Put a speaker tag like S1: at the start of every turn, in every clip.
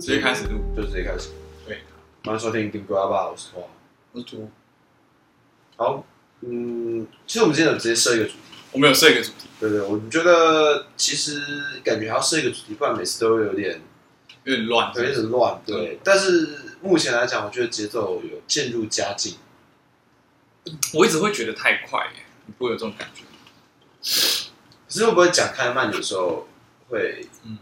S1: 直接开始录，
S2: 就直接开始。
S1: 对，
S2: 欢迎收听《顶呱吧》，我是托。
S1: 我是图，
S2: 好，嗯，其实我们今天有直接设一个主题，
S1: 我们有设一个主题，
S2: 对不对？我们觉得其实感觉还要设一个主题，不然每次都会有点
S1: 有点乱，
S2: 有点乱。对，但是目前来讲，我觉得节奏有渐入佳境。
S1: 我一直会觉得太快耶，你不会有这种感觉？
S2: 可是会不会讲开慢，有时候会，
S1: 嗯
S2: 嗯，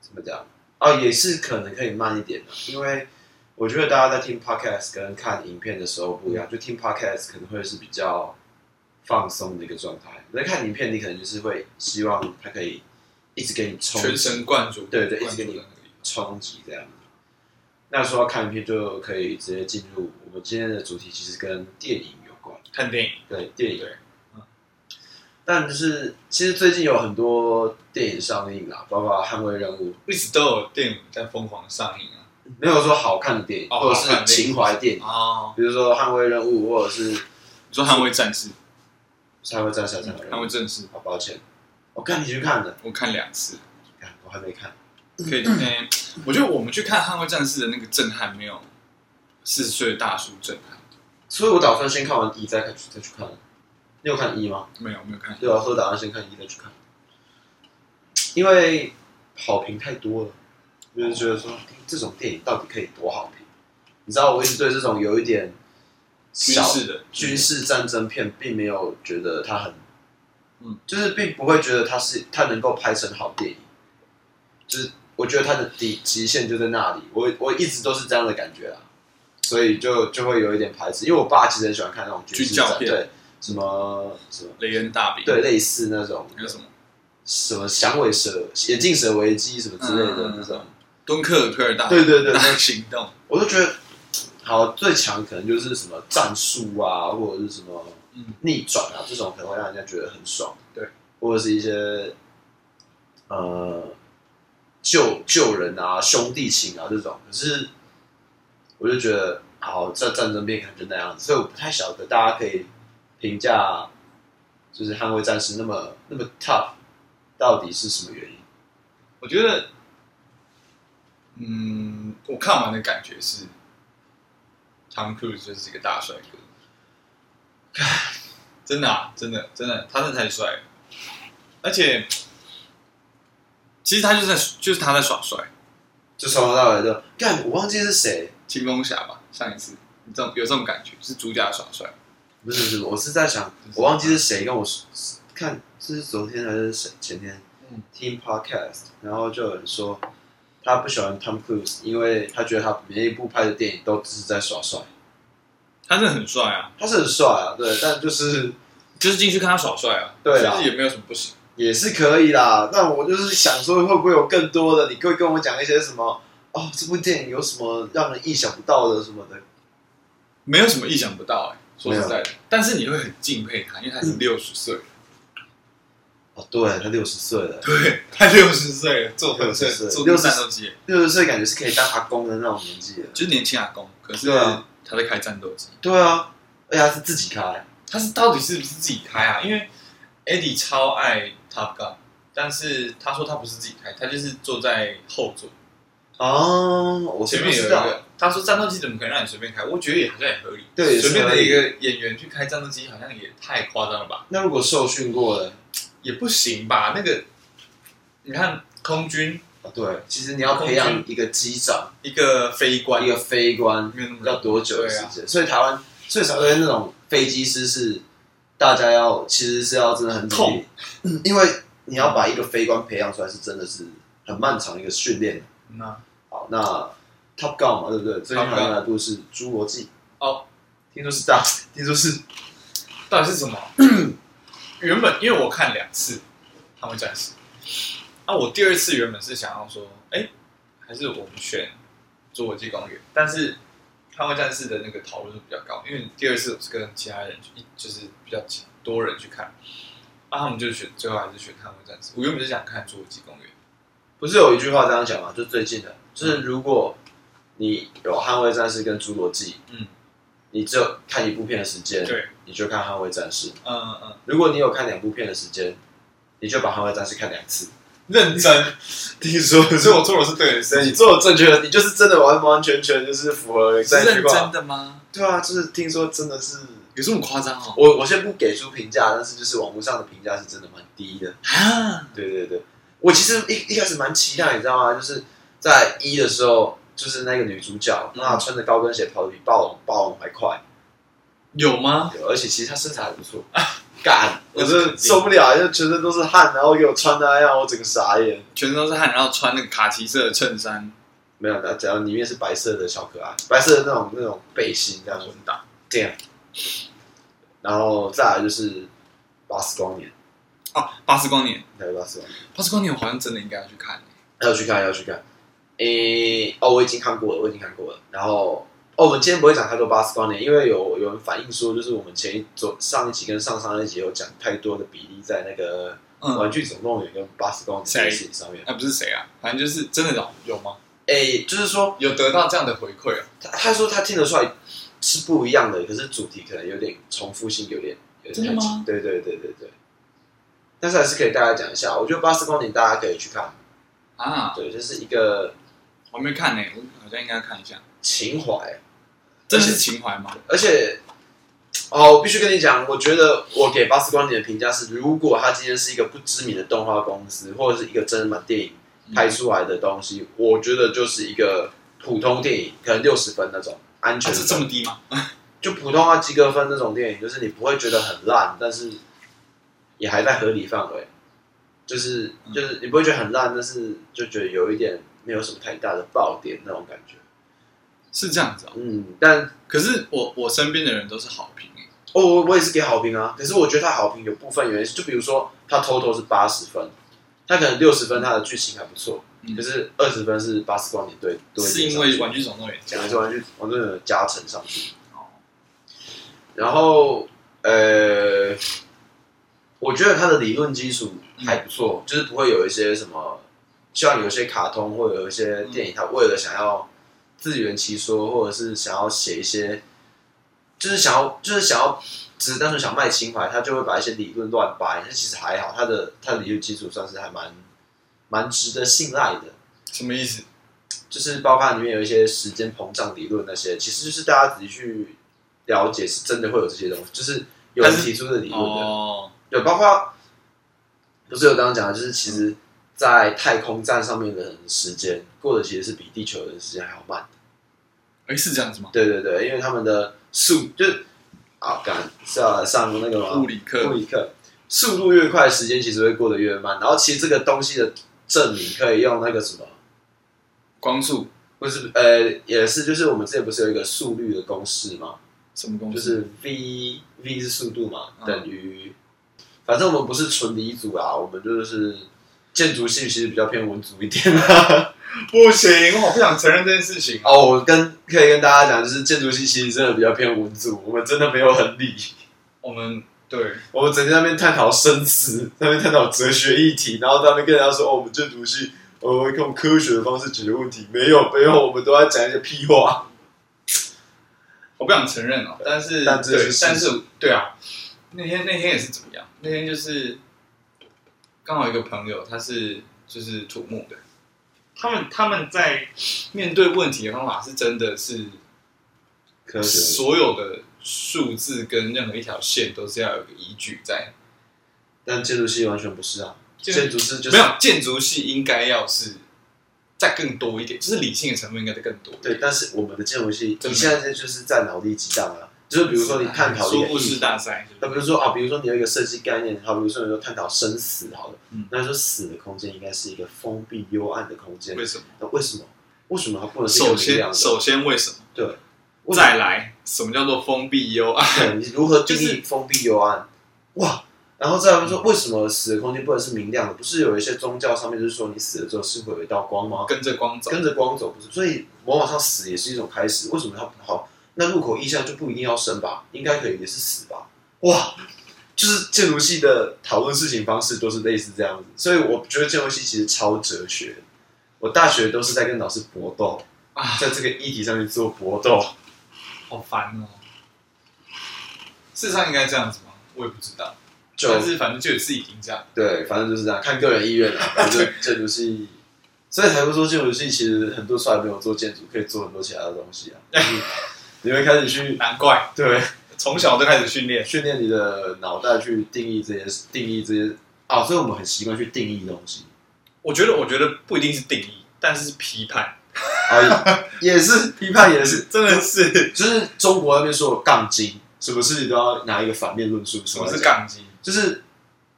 S2: 怎么讲？哦，也是可能可以慢一点的，因为我觉得大家在听 podcast 跟看影片的时候不一样，就听 podcast 可能会是比较放松的一个状态，那看影片你可能就是会希望它可以一直给你冲击
S1: 全神贯注，
S2: 对对一
S1: 贯
S2: 直
S1: 注
S2: 给
S1: 在
S2: 你
S1: 那个地方
S2: 冲击这样子。那说到看影片，就可以直接进入我们今天的主题，其实跟电影有关。
S1: 看电影，
S2: 对电影，
S1: 对嗯
S2: 但就是其实最近有很多电影上映啦，包括《捍卫任务》，
S1: 一直都有电影在疯狂上映啊。
S2: 没有说好看的电影，
S1: 哦
S2: 或者
S1: 好看的
S2: 是
S1: 电影
S2: 情怀电影，
S1: 哦，
S2: 比如说《捍卫任务》或者是《
S1: 你说《捍卫战士》，
S2: 捍卫战士》《捍卫
S1: 《
S2: 任
S1: 捍
S2: 务
S1: 卫》。战士》，
S2: 好抱歉，我看你去看的，
S1: 我看两次，
S2: 看我还没看。
S1: 可以。嗯，我觉得我们去看《捍卫战士》的那个震撼，没有四十岁的大叔震撼。
S2: 所以我打算先看完一再看再去看。你有看一吗？
S1: 没有，没有看。
S2: 对啊，所以我打算先看一再去看，因为好评太多了，就是觉得说哎这种电影到底可以多好评？你知道我一直对这种有一点
S1: 军
S2: 小
S1: 事的
S2: 军，事战争片，并没有觉得它很，
S1: 嗯，
S2: 就是并不会觉得它是它能够拍成好电影，就是我觉得它的底极限就在那里，我我一直都是这样的感觉啊，所以就就会有一点排斥，因为我爸其实很喜欢看那种军事
S1: 军教
S2: 战，
S1: 片
S2: 对，什么什么，
S1: 雷恩大兵，
S2: 对，，类似那种
S1: 还有什么
S2: 什么响尾蛇、眼镜蛇危机什么之类的
S1: 嗯
S2: 那种，
S1: 敦刻尔克尔大
S2: 对对对
S1: 大
S2: 对
S1: 行动，
S2: 我都觉得好最强可能就是什么战术啊，或者是什么
S1: 嗯
S2: 逆转啊，这种可能会让人家觉得很爽。
S1: 对，
S2: 或者是一些呃救救人啊、兄弟情啊这种。可是我就觉得，好，在战争片可能就那样子，所以我不太晓得大家可以评价就是《捍卫战士》那么那么 tough 到底是什么原因。
S1: 我觉得，嗯，我看完的感觉是，Tom Cruise 就是一个大帅哥， 真的啊，真的真的，他真的太帅了，而且，其实他就是在就是他在耍帅，
S2: 就从头到尾就干，我忘记是谁，
S1: 青龙侠吧，上一次你这种有这种感觉，就是主角耍帅，
S2: 不是不是，我是在想，我忘记是谁跟我说看，这是昨天还是前前天
S1: 嗯
S2: 听 podcast，然后就有人说他不喜欢 Tom Cruise，因为他觉得他每一部拍的电影都只是在耍帅。
S1: 他真的很帅啊，
S2: 他是很帅啊，对，但就是
S1: 就是进去看他耍帅啊，
S2: 对啊
S1: 就是也没有什么不行，
S2: 也是可以啦。但我就是想说，会不会有更多的？你可以跟我讲一些什么？哦，这部电影有什么让人意想不到的什么的？
S1: 没有什么意想不到哎、说实
S2: 没有
S1: 在的，但是你会很敬佩他，因为他已经六十岁了。
S2: 哦，对，他六十岁了，
S1: 对，他六十岁了，做
S2: 60
S1: 这
S2: 岁
S1: 做
S2: 60
S1: 战斗机，
S2: 六十岁感觉是可以当阿公的那种年纪了。
S1: 就是年轻阿公，可是
S2: 对啊
S1: 他在开战斗机，
S2: 对啊，而且他是自己开，
S1: 他是到底是不是自己开啊？因为 Eddie 超爱 Top Gun，但是他说他不是自己开，他就是坐在后座，
S2: 哦，我是
S1: 前
S2: 不
S1: 面有一
S2: 知道。
S1: 个。他说战斗机怎么可能让你随便开？我觉得也好像也合理，
S2: 对也是
S1: 随便
S2: 合
S1: 的
S2: 理
S1: 一个演员去开战斗机好像也太夸张了吧？
S2: 那如果受训过的，
S1: 也不行吧？那个你看空军
S2: 啊，对，其实你要培养一个机长、
S1: 一个飞官
S2: 一个飞官
S1: 没有那么
S2: 要多久的时
S1: 啊
S2: 间？所以台湾所以才会那种飞机师是大家要其实是要真的很努力， 因为你要把一个飞官培养出来是真的是很漫长的一个训练。
S1: 那
S2: 好，那 Top Gun 嘛，对不对？最近
S1: Gun
S2: 还有那部是《侏罗纪》
S1: 哦，
S2: 听 说是大，听说是
S1: 到底是 什么？原本因为我看两次《捍卫战士》，啊，我第二次原本是想要说，哎、还是我们选《侏罗纪公园》，但是《捍卫战士》的那个讨论度比较高，因为第二次我是跟其他人去一就是比较多人去看，啊，他们就选最后还是选捍卫战士。我原本是想看侏罗纪公园，
S2: 不是有一句话这样讲吗？就最近
S1: 嗯
S2: 的，就是如果你有《捍卫战士》跟《侏罗纪》，
S1: 嗯，
S2: 你只有看一部片的时间，
S1: 对，
S2: 你就看《捍卫战士》；
S1: 嗯嗯，
S2: 如果你有看两部片的时间，你就把《捍卫战士》看两次。
S1: 认真，
S2: 听说
S1: 可是我做的是对的
S2: 所以
S1: 事情，
S2: 你做的正确的，你就是真的完完全全就是符合
S1: 是
S2: 赛区
S1: 认真
S2: 吧？
S1: 的吗？
S2: 对啊，就是听说真的是，
S1: 有这么夸张哦？
S2: 我我先不给出评价，但是就是网络上的评价是真的蛮低的。
S1: 啊，
S2: 对对对，我其实一一开始蛮期待，你知道吗？就是在一的时候，就是那个女主角，
S1: 嗯
S2: 那她穿着高跟鞋跑得比暴龙暴龙还快，
S1: 有吗？
S2: 对而且其实她身材还不 错。干，我
S1: 那是
S2: 真
S1: 肯
S2: 的
S1: 定
S2: 受不了，就全身都是汗，然后给我穿的那样，我整个傻眼。
S1: 全身都是汗，然后穿那个卡其色的衬衫，
S2: 没有，那只要里面是白色的小可爱，白色的那种那种背心这样子
S1: 混，搭。
S2: 这样。然后再来就是巴斯光年，
S1: 哦，巴斯光年，
S2: 还有巴斯光年，
S1: 巴斯光年，我好像真的应该要去看。
S2: 要去看，要去看。诶，哦，我已经看过了，我已经看过了。然后，哦，我们今天不会讲太多巴斯光年，因为有有人反映说，就是我们前一周上一集跟上上一集有讲太多的比例在那个《
S1: 嗯，
S2: 玩具总动员》跟巴斯光年这件事情上面。
S1: 那不是谁啊？反正就是真的有有吗？
S2: 诶，就是说，
S1: 有得到这样的回馈啊？
S2: 他他说他听得出来是不一样的，可是主题可能有点重复性，有点有
S1: 真
S2: 点
S1: 的
S2: 太
S1: 吗
S2: 紧对对对对对。但是还是可以大家讲一下，我觉得《巴斯光年》大家可以去看，
S1: 啊，
S2: 对，这是一个
S1: 我还没看呢、我好像应该看一下。
S2: 情怀，
S1: 这是情怀吗？
S2: 而且，哦，我必须跟你讲，我觉得我给《巴斯光年》的评价是，如果他今天是一个不知名的动画公司，或者是一个真人版电影
S1: 嗯
S2: 拍出来的东西，我觉得就是一个普通电影，可能六十分那种，安
S1: 啊、
S2: 全
S1: 是
S2: 分
S1: 这么低吗？
S2: 就普通啊及格分这种电影，就是你不会觉得很烂，但是也还在合理范围，就是
S1: 嗯
S2: 就是你不会觉得很烂，但是就觉得有一点没有什么太大的爆点那种感觉。
S1: 是这样子哦。
S2: 嗯，但
S1: 可是我我身边的人都是好评欸诶、
S2: 哦，我我也是给好评啊，可是我觉得他好评有部分原因是，就比如说他 total 是八十分，他可能六十分他的剧情还不错，
S1: 嗯
S2: 可是二十分是八十光年对，多一
S1: 是
S2: 点
S1: 因
S2: 上去
S1: 为《玩具总动员》
S2: 讲
S1: 加
S2: 的是玩具玩具的加成上去。
S1: 哦
S2: 然后呃，我觉得它的理论基础还不错，就是不会有一些什么，像有些卡通或者有一些电影，它为了想要自圆其说，或者是想要写一些，就是想要就是想要只是单纯想卖情怀，他就会把一些理论乱掰。但其实还好，他的他的理论基础算是还蛮蛮值得信赖的。
S1: 什么意思？
S2: 就是包括里面有一些时间膨胀理论那些，其实就是大家仔细去了解，是真的会有这些东西，就是有
S1: 但
S2: 人
S1: 是
S2: 提出的理论的，
S1: 哦，
S2: 对，包括不是有刚刚讲的，就是其实，在太空站上面的人时间过得其实是比地球人的时间还要慢的，
S1: 哎、是这样子吗？
S2: 对对对，因为他们的速就是啊，赶是要上那个吗
S1: 物？理课
S2: 物理课，速度越快，时间其实会过得越慢。然后其实这个东西的证明可以用那个什么。
S1: 光速
S2: 不是，呃，也是，就是我们之前不是有一个速率的公式吗？
S1: 什么公
S2: 就
S1: 式？
S2: 是 v v 是速度嘛，
S1: 嗯
S2: 等于，反正我们不是纯理组啊，我们就是建筑系其实比较偏文组一点啊。
S1: 不行，我不想承认这件事情。
S2: 哦，我跟可以跟大家讲，就是建筑系其实真的比较偏文组，我们真的没有很理，
S1: 我们对
S2: 我们整天在那边探讨生死，在那边探讨哲学议题，然后在那边跟人家说，哦，我们建筑系，我们用科学的方式解决问题，没有没有，我们都在讲一些屁话。
S1: 我不想承认哦，但是
S2: 但这是
S1: 对
S2: 事，实
S1: 但是对啊，那天那天也是怎么样？那天就是刚好有一个朋友，他是就是土木的，他们他们在面对问题的方法是真的是
S2: 科学
S1: 所有的数字跟任何一条线都是要有个依据在，
S2: 但建筑系完全不是啊，
S1: 建
S2: 建筑师就是
S1: 没有建筑系应该要是再更多一点，就是理性的成分应该再更多一点。
S2: 对，但是我们的建筑系，
S1: 真的哎
S2: 你现在就是在脑力激荡啊，就是比如说你探讨一
S1: 说
S2: 个
S1: 故
S2: 议
S1: 事
S2: 题，
S1: 大赛，
S2: 那比如说啊，比如说你有一个设计概念，好，比如说你说探讨生死好了
S1: 嗯，
S2: 那说死的空间应该是一个封闭幽暗的空间，
S1: 为什么？
S2: 那为什么？为什么它不能是一
S1: 首
S2: 个明亮
S1: 先，
S2: 的？
S1: 首先为什么？
S2: 对，为
S1: 再来，什么叫做封闭啊幽暗？
S2: 对你如何定
S1: 就
S2: 义封闭幽暗？哇！然后再来说，为什么死的空间不能是明亮的？不是有一些宗教上面就是说，你死了之后是会有一道光吗？
S1: 跟着光走，
S2: 跟着光走不是，所以某往上死也是一种开始。为什么他不好？那入口意象就不一定要生吧，应该可以也是死吧？哇，就是建筑系的讨论事情方式都是类似这样子，所以我觉得建筑系其实超哲学。我大学都是在跟老师搏斗，
S1: 啊，
S2: 在这个议题上面做搏斗。
S1: 好烦哦。事实上应该这样子吗？我也不知道，
S2: 就
S1: 但是反正就有自己赢这样。
S2: 对，反正就是这样，看个人意愿啦。啊 反正建筑系，所以才会说建筑系其实很多出来没有做建筑，可以做很多其他的东西啊。就是你会开始去
S1: 难怪
S2: 对
S1: 从小就开始训练。
S2: 训练你的脑袋去定义这些定义这些啊，所以我们很习惯去定义东 西
S1: 我觉得，我觉得不一定是定义，但是是批判，
S2: 啊，也是批判也是，
S1: 真的 是
S2: 就是中国那边说的杠精，什么事情都要拿一个反面论述
S1: 什
S2: 出来
S1: 么
S2: 讲。
S1: 是杠精？
S2: 就是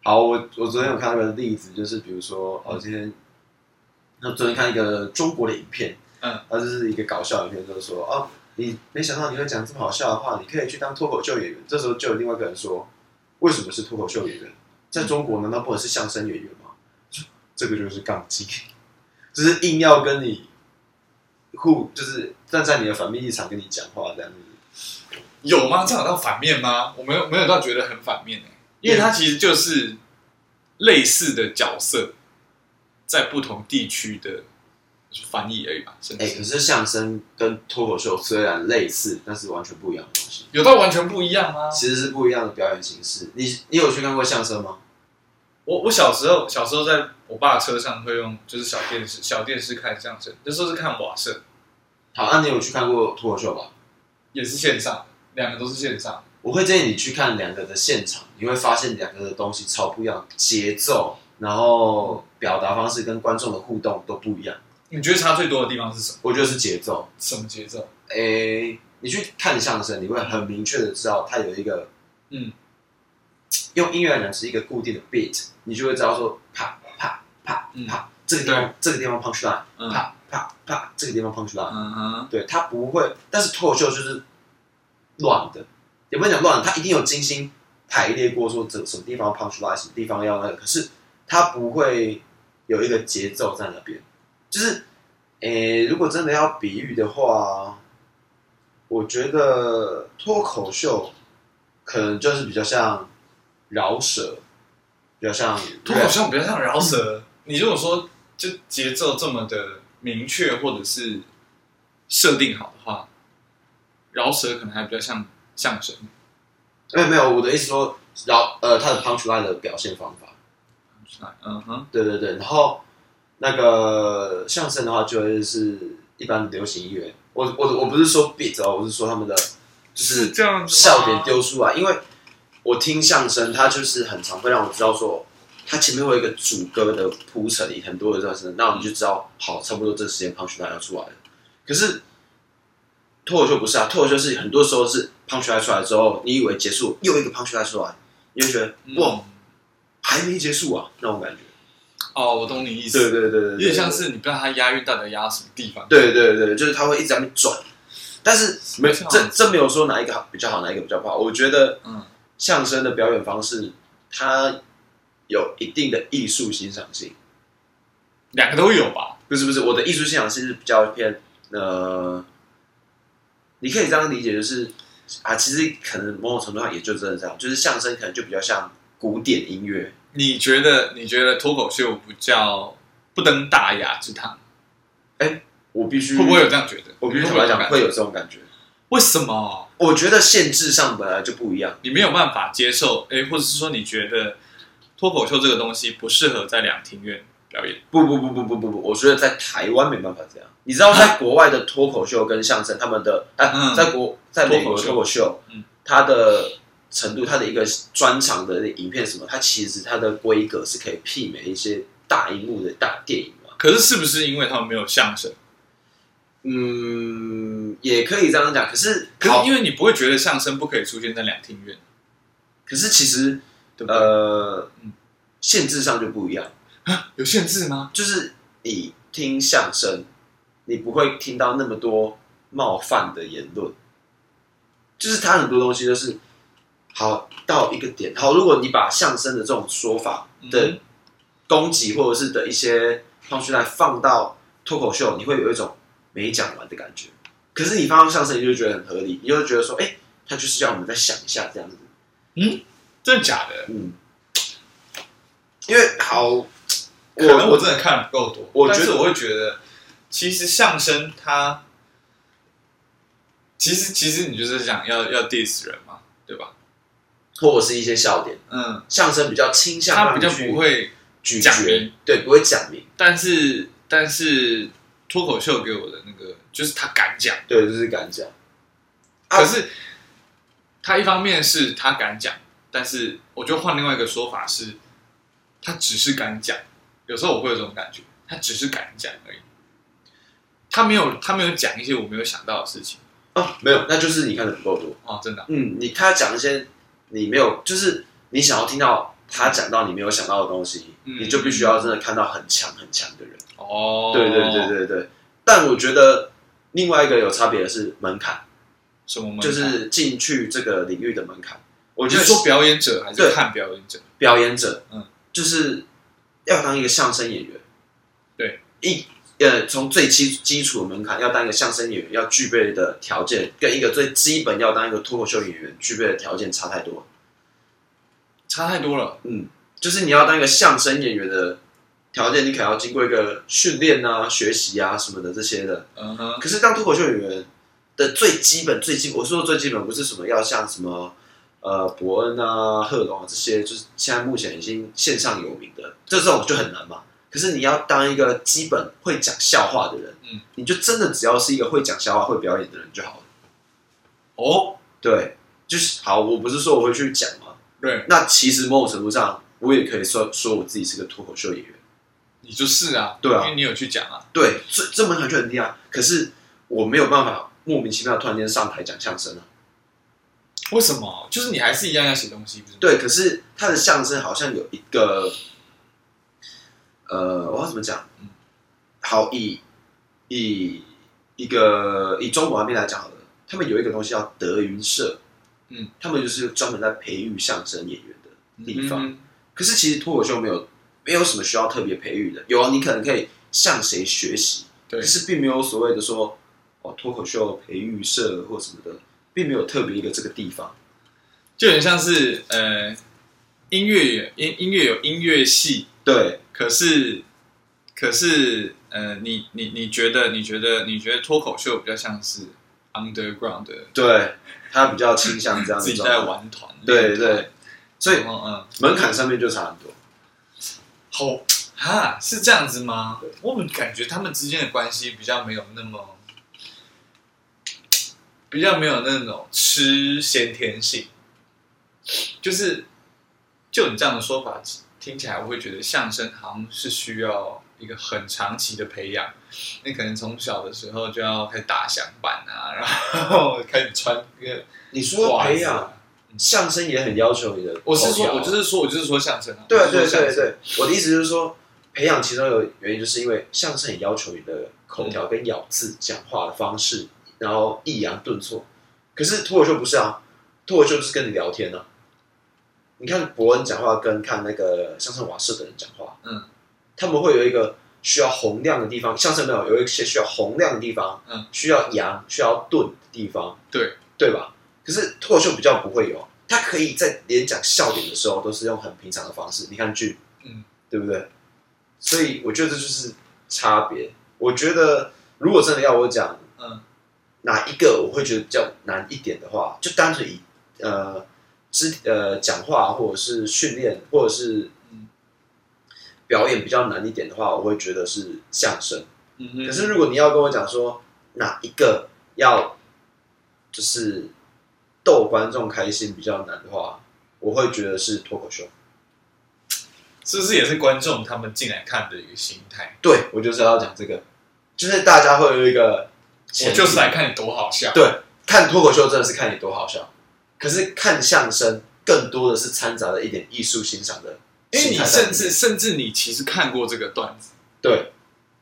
S2: 好，我我昨天有看到一个例子，就是比如说，哦，今天那昨天看一个中国的影片，
S1: 嗯，
S2: 它就是一个搞笑影片，就是说，哦，你没想到你会讲这么好笑的话，你可以去当脱口秀演员。这时候就有另外一个人说，为什么是脱口秀演员？在中国难道不能是相声演员吗？这个就是杠精，就是硬要跟你互，就是站在你的反面立场跟你讲话这样子。
S1: 有吗？这样有到反面吗？我没有，没有到觉得很反面、欸、因为它其实就是类似的角色，在不同地区的翻译而已吧，甚
S2: 哎、
S1: 至
S2: 可
S1: 是
S2: 是相声跟脱口秀虽然类似，但是完全不一样的东西。
S1: 有到完全不一样吗？
S2: 其实是不一样的表演形式。你你有去看过相声吗？
S1: 我我小时候小时候在我爸车上会用就是小电视小电视看相声，那时候是看瓦舍，
S2: 好，那你有去看过脱口秀吧？
S1: 也是线上，两个都是线上。
S2: 我会建议你去看两个的现场，你会发现两个的东西超不一样，节奏，然后表达方式跟观众的互动都不一样。
S1: 你觉得差最多的地方是什么？
S2: 我觉得是节奏。
S1: 什么节奏？
S2: 诶、你去看相声，你会很明确的知道它有一个，
S1: 嗯，
S2: 用音乐来讲是一个固定的 beat，你就会知道说啪啪啪
S1: 嗯
S2: 啪，这个地方这个地方 punch line，
S1: 嗯
S2: 啪啪啪，这个地方 punch line。
S1: 嗯哼，
S2: 对，它不会，但是脱口秀就是乱的，也不能讲乱的，它一定有精心排列过，说这什么地方 punch line，什么地方要那个，可是它不会有一个节奏在那边。就是，诶、如果真的要比喻的话，我觉得脱口秀可能就是比较像饶舌，比较像
S1: 脱口秀比较像饶舌。你如果说就节奏这么的明确或者是设定好的话，饶舌可能还比较像相声。
S2: 没有没有，我的意思说饶呃，它的 punch line 的表现方法。
S1: 嗯哼，
S2: 对对对，然后那个相声的话，就会是一般的流行音乐。我我我不是说 beat 哦，我是说他们的就是
S1: 这样子吗
S2: 笑点丢出来，因为我听相声，它就是很常会让我知道说，它前面会有一个主歌的铺陈，很多的段声，那我们就知道好，差不多这时间 punch line 要出来了。可是脱口秀不是啊，脱口秀是很多时候是 punch line 出来之后，你以为结束又一个 punch line 出来，你会觉得哇，
S1: 嗯，
S2: 还没结束啊那种感觉。
S1: 哦，我懂你意思，
S2: 对对对对，
S1: 有
S2: 有
S1: 点像是你不知道它押韵到底押什么地方。
S2: 对对对，就是他会一直在那边转，但是没
S1: 是啊
S2: 这这没有说哪一个好比较好，哪一个比较不好。我觉得
S1: 嗯，
S2: 相声的表演方式，它有一定的艺术欣赏性，
S1: 两个都有吧？
S2: 不是不是，我的艺术欣赏性是比较偏呃，你可以这样理解，就是啊，其实可能某种程度上也就真的这样，就是相声可能就比较像古典音乐，
S1: 你觉得你觉得脱口秀不叫不登大雅之堂，
S2: 我必须
S1: 会不会有这样觉得？
S2: 嗯我必须
S1: 你
S2: 坦
S1: 会不
S2: 白
S1: 会有这种感觉
S2: 讲会有这种感觉。
S1: 为什么？
S2: 我觉得限制上本来就不一样。
S1: 你没有办法接受，哎，或者是说你觉得脱口秀这个东西不适合在两庭院表演，
S2: 不不不不不不不，我觉得在台湾没办法这样。你知道，在国外的脱口秀跟相声，他们的哎、
S1: 啊嗯
S2: 在国在美
S1: 脱
S2: 国
S1: 口秀
S2: 脱口秀
S1: 嗯，
S2: 它的程度，它的一个专场的影片什么，它其实它的规格是可以媲美一些大荧幕的大电影嘛。
S1: 可是是不是因为他们没有相声？
S2: 嗯，也可以这样讲。可是，
S1: 可
S2: 好
S1: 是因为你不会觉得相声不可以出现在两庭院，
S2: 可是其实
S1: 对不对？
S2: 呃
S1: 嗯，
S2: 限制上就不一样。
S1: 有限制吗？
S2: 就是你听相声，你不会听到那么多冒犯的言论。就是他很多东西就是好到一个点，好，如果你把相声的这种说法的
S1: 嗯
S2: 攻击或者是的一些方式来放到脱口秀，你会有一种没讲完的感觉。可是你放到相声，你就觉得很合理，你就会觉得说，哎、他就是要我们再想一下这样子。
S1: 嗯，真的假的？
S2: 嗯，因为好，我
S1: 可能我真的看的不够多，
S2: 我
S1: 但
S2: 觉
S1: 是
S2: 得
S1: 我会觉得，其实相声它，其实其实你就是想要要 diss 人嘛，对吧？
S2: 或者是一些笑点，
S1: 嗯，
S2: 相声比较倾向
S1: 他
S2: 让
S1: 比较
S2: 你去
S1: 不会，
S2: 咀
S1: 讲
S2: 嚼
S1: 明，
S2: 对，不会讲明，
S1: 但是但是脱口秀给我的那个就是他敢讲，
S2: 对，就是敢讲，啊
S1: 可是他一方面是他敢讲，但是我就换另外一个说法是，他只是敢讲，有时候我会有这种感觉，他只是敢讲而已。他没有，他没有讲一些我没有想到的事情
S2: 啊，没有，那就是你看的不够多。
S1: 哦，真的啊、
S2: 嗯，你他讲一些你没有，就是你想要听到他讲到你没有想到的东西，
S1: 嗯
S2: 你就必须要真的看到很强很强的人。
S1: 哦，
S2: 对对对，对对。但我觉得另外一个有差别的是门槛，
S1: 什么门槛
S2: 就是进去这个领域的门槛。我
S1: 你
S2: 觉
S1: 是
S2: 得
S1: 说表演者还是
S2: 对
S1: 看表演者？
S2: 表演者，
S1: 嗯，
S2: 就是要当一个相声演员，
S1: 对，
S2: 一呃，从最基基础的门槛要当一个相声演员要具备的条件，跟一个最基本要当一个脱口秀演员具备的条件差太多了。
S1: 差太多了，
S2: 就是你要当一个相声演员的条件，你可能要经过一个训练啊、学习啊什么的这些的。
S1: 嗯哼，
S2: 可是当脱口秀演员的最基本、最基本，我说的最基本不是什么要像什么呃伯恩啊、贺龙啊这些，就是现在目前已经线上有名的，这种就很难嘛。可是你要当一个基本会讲笑话的人，
S1: 嗯，
S2: 你就真的只要是一个会讲笑话、会表演的人就好了。
S1: 哦，
S2: 对，就是好，我不是说我会去讲嘛，
S1: 对，
S2: 那其实某种程度上，我也可以说说我自己是个脱口秀演员。
S1: 你就是啊，
S2: 对啊
S1: 因为你有去讲啊，
S2: 对，这这门槛就很低啊。可是我没有办法莫名其妙地突然间上台讲相声啊。
S1: 为什么？就是你还是一样要写东西，不是吗？
S2: 对，可是他的相声好像有一个，呃，我要怎么讲
S1: 嗯？
S2: 好，以以一个以中国那边来讲好了，他们有一个东西叫德云社，
S1: 嗯，
S2: 他们就是专门在培育相声演员的地方。
S1: 嗯
S2: 可是其实脱口秀没有没有什么需要特别培育的，有啊，你可能可以向谁学习，
S1: 对
S2: 可，是并没有所谓的说哦脱口秀培育社或什么的，并没有特别一个这个地方。
S1: 就很像是呃，音乐有音音乐有音乐系，
S2: 对，
S1: 可是可是呃，你你你觉得你觉得你觉得脱口秀比较像是 underground 的，
S2: 对，他比较倾向这样
S1: 自
S2: 子
S1: 己在，玩团，
S2: 对对，所以
S1: 然后嗯，
S2: 门槛上面就差很多。
S1: 好哈，是这样子吗？我们感觉他们之间的关系比较没有那么，比较没有那种吃先天性，就是就你这样的说法，听起来我会觉得相声好像是需要一个很长期的培养，你可能从小的时候就要开始打响板啊， 然后开始穿那个
S2: 你说
S1: 褂
S2: 培
S1: 子
S2: 养
S1: 啊。
S2: 相声也很要求你的
S1: 我
S2: 口条啊，
S1: 是说，我就是说，我就是说相声啊。
S2: 对
S1: 我
S2: 啊
S1: 就是
S2: 对
S1: 说相
S2: 对
S1: 声，
S2: 对，我的意思就是说，培养其中有原因，就是因为相声也要求你的口条跟咬字、讲话的方式，然后抑扬顿挫。可是脱口秀不是啊，脱口秀就是跟你聊天啊。你看伯恩讲话跟看那个相声瓦舍的人讲话，
S1: 嗯，
S2: 他们会有一个需要洪亮的地方，相声没有有一些需要洪亮的地方，
S1: 嗯，
S2: 需要扬、需要顿的地方，
S1: 对
S2: 对吧？可是脱口秀比较不会有，啊他可以在连讲笑点的时候都是用很平常的方式。你看剧，
S1: 嗯，
S2: 对不对？所以我觉得这就是差别。我觉得如果真的要我讲
S1: 嗯
S2: 哪一个我会觉得比较难一点的话，就单纯以呃肢呃讲话或者是训练或者是
S1: 嗯
S2: 表演比较难一点的话，我会觉得是相声。
S1: 嗯哼
S2: 可是如果你要跟我讲说哪一个要就是逗观众开心比较难的话，我会觉得是脱口秀。
S1: 是不是也是观众他们进来看的一个心态？
S2: 对我就是要讲这个，就是大家会有一个前
S1: 我
S2: 提，
S1: 就是来看你多好笑。
S2: 对看脱口秀真的是看你多好笑，可是看相声更多的是掺杂了一点艺术欣赏的
S1: 因为
S2: 心
S1: 你
S2: 态在里
S1: 甚
S2: 面，
S1: 至甚至你其实看过这个段子，
S2: 对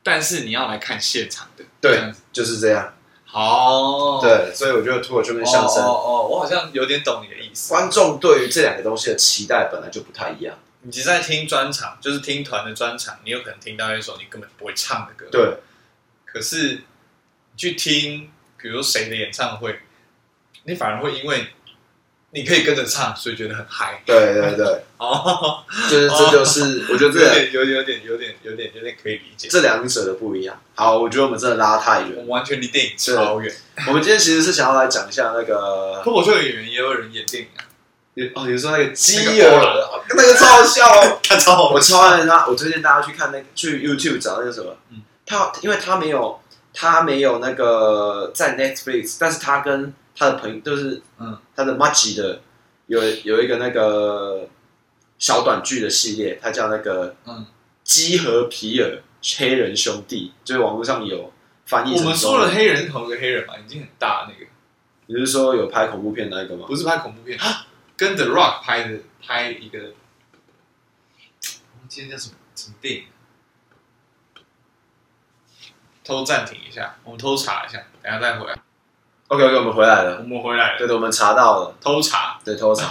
S1: 但是你要来看现场的，这
S2: 对
S1: 样子
S2: 就是这样，
S1: 好，
S2: 对，所以我觉得脱口秀
S1: 哦，
S2: 跟相声。
S1: 哦哦，我好像有点懂你的意思。
S2: 观众对于这两个东西的期待本来就不太一样，
S1: 你只在听专场，就是听团的专场，你有可能听到一首你根本不会唱的歌，。
S2: 对，
S1: 可是你去听，比如谁的演唱会，你反而会因为你可以跟着唱，所以觉得很嗨
S2: 对对对，
S1: 哦，
S2: 就是这就是、我觉得
S1: 有
S2: 这
S1: 点有有点有点有点有点可以理解，
S2: 这两者的不一样。好，我觉得我们真的拉太
S1: 我
S2: 远。
S1: 们完全离电影超远。
S2: 我们今天其实是想要来讲一下那个
S1: 脱口秀演员也有人演电影啊，
S2: 你哦，你说那个基
S1: 那
S2: 友
S1: 个欧啊郎，
S2: 那个超好笑哦，
S1: 他超好
S2: 我超爱他，我推荐大家去看那个去 YouTube 找那个什么，
S1: 嗯
S2: 他因为他没有他没有那个在 Netflix，但是他跟他的朋友就是
S1: 嗯
S2: 他的 Maggi 的有有一个那个小短剧的系列，它叫那个
S1: 嗯，
S2: 基和皮尔黑人兄弟，就是网络上有翻译
S1: 我
S2: 成
S1: 们
S2: 中
S1: 说
S2: 文
S1: 了黑嗯人是同一个黑人嘛，已经很大那个，
S2: 你是说有拍恐怖片那一个吗？
S1: 不是拍恐怖片，跟 The Rock 拍的拍一个，今天叫什么什么电影？啊偷暂停一下，我们偷查一下，等一下再回来。
S2: OK OK，我们回来
S1: 我
S2: 了，
S1: 们回来了，
S2: 对对，我们查到了，
S1: 偷查
S2: 对，偷查。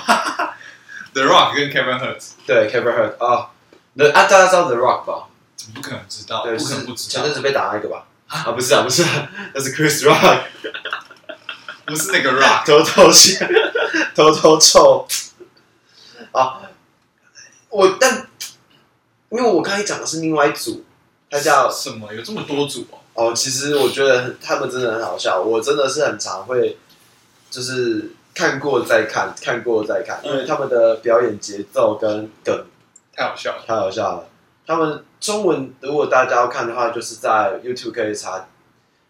S1: The Rock 跟 Kevin Hart，
S2: 对，Kevin Hart 啊、那啊，大家知道 The Rock 吧？
S1: 怎么不可能知道？
S2: 对，
S1: 不可
S2: 是
S1: 能不知
S2: 前
S1: 道
S2: 阵，子被打那个吧？啊，不是啊，不是啊，那是 Chris Rock
S1: 不是那个 Rock，
S2: 偷偷去，偷偷臭啊！我但因为我刚才讲的是另外一组，他叫
S1: 什么？有这么多组哦？
S2: 哦，其实我觉得很他们真的很好笑，我真的是很常会就是看过再看，看过再看，因为他们的表演节奏跟梗
S1: 太好笑了。
S2: 太好笑了。他们中文如果大家要看的话，就是在 YouTube 可以查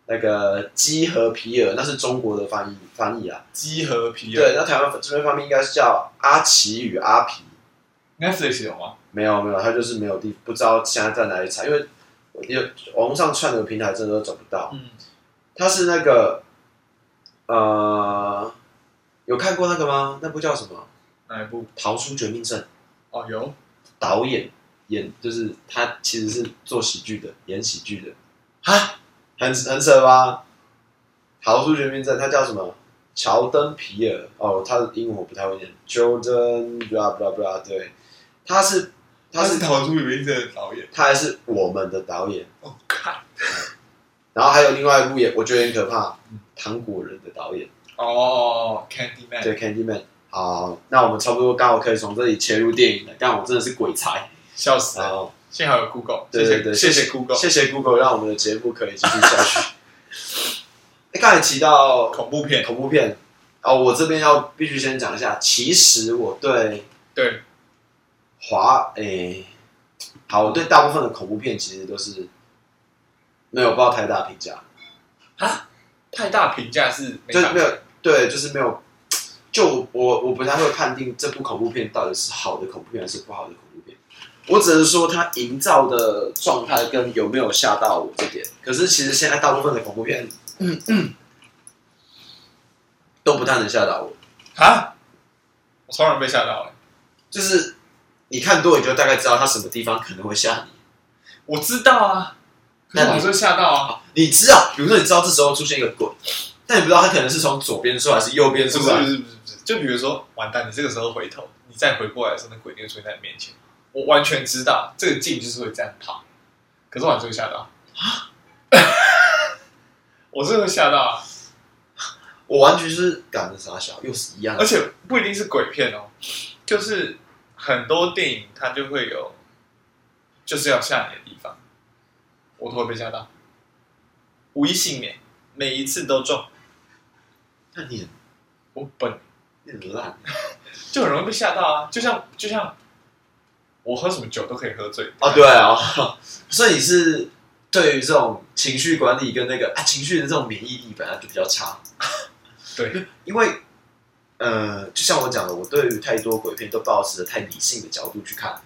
S2: 那个基和皮尔，那是中国的翻译翻译啊。
S1: 鸡和皮尔
S2: 对，那台湾这边翻译应该是叫阿奇与阿皮。
S1: ，Netflix 有吗？
S2: 没有没有，他就是没有地，不知道现在在哪里查，因为有网络上串流平台真的都找不到。
S1: 嗯，
S2: 他是那个呃，有看过那个吗？那部叫什么？
S1: 哪一部？
S2: 《逃出绝命镇》。
S1: 哦，有。
S2: 导演演，就是他其实是做喜剧的，演喜剧的，
S1: 啊，
S2: 很很扯吧？逃出绝命镇，他叫什么？乔登·皮尔哦，他的英文我不太会念，Jordan blah blah blah，对，他是他
S1: 他是
S2: 是
S1: 《逃出绝命镇》的导演。
S2: 他还是我们的导演，
S1: 哦，看。
S2: 然后还有另外一部也我觉得很可怕
S1: 嗯，
S2: 糖果人的导演，
S1: 哦，Candy Man。
S2: 对，Candyman。好，那我们差不多刚好可以从这里切入电影了，但我真的是鬼才，
S1: 笑死了！
S2: 好，
S1: 幸好有 Google，
S2: 对对
S1: 谢
S2: 对，
S1: 谢谢谢 Google。
S2: 谢谢 Google 让我们的节目可以继续下去。 哎刚才提到
S1: 恐怖片，
S2: 恐怖片，哦，我这边要必须先讲一下，其实我对
S1: 对，
S2: 华诶、好，我对大部分的恐怖片其实都是没有抱太大评价，
S1: 太大评价是没
S2: 就
S1: 法
S2: 没有对，就是没有，就我我不太会判定这部恐怖片到底是好的恐怖片还是不好的恐怖片。我只能说它营造的状态跟有没有吓到我这点，可是其实现在大部分的恐怖片，嗯 嗯，都不太能吓到我。
S1: 啊！我超人被吓到了。
S2: 就是你看多，你就大概知道它什么地方可能会吓你。
S1: 我知道啊，可是我还是会吓到啊。
S2: 你知道，比如说你知道这时候出现一个鬼，但你不知道它可能是从左边出来还是右边
S1: 不是
S2: 出
S1: 不是
S2: 来
S1: 不。是不是不是，就比如说，完蛋，你这个时候回头，你再回过来的时候，那鬼就会出现在你面前。我完全知道这个镜就是会这样跑，可是我还是会吓到啊！我是会吓到啊。
S2: 我完全就是赶着傻笑，又是一样的
S1: 而。且不一定是鬼片哦，就是很多电影它就会有，就是要吓你的地方，我都会被吓到，无一幸免，每一次都中，
S2: 那你很
S1: 我本
S2: 你很烂，
S1: 就很容易被吓到啊，就像就像我喝什么酒都可以喝醉
S2: 哦，对
S1: 啊
S2: 哦， 所以你是对于这种情绪管理跟那个啊情绪的这种免疫力本来就比较差，
S1: 对，
S2: 因为呃，就像我讲的，我对于太多鬼片都抱持着太理性的角度去看，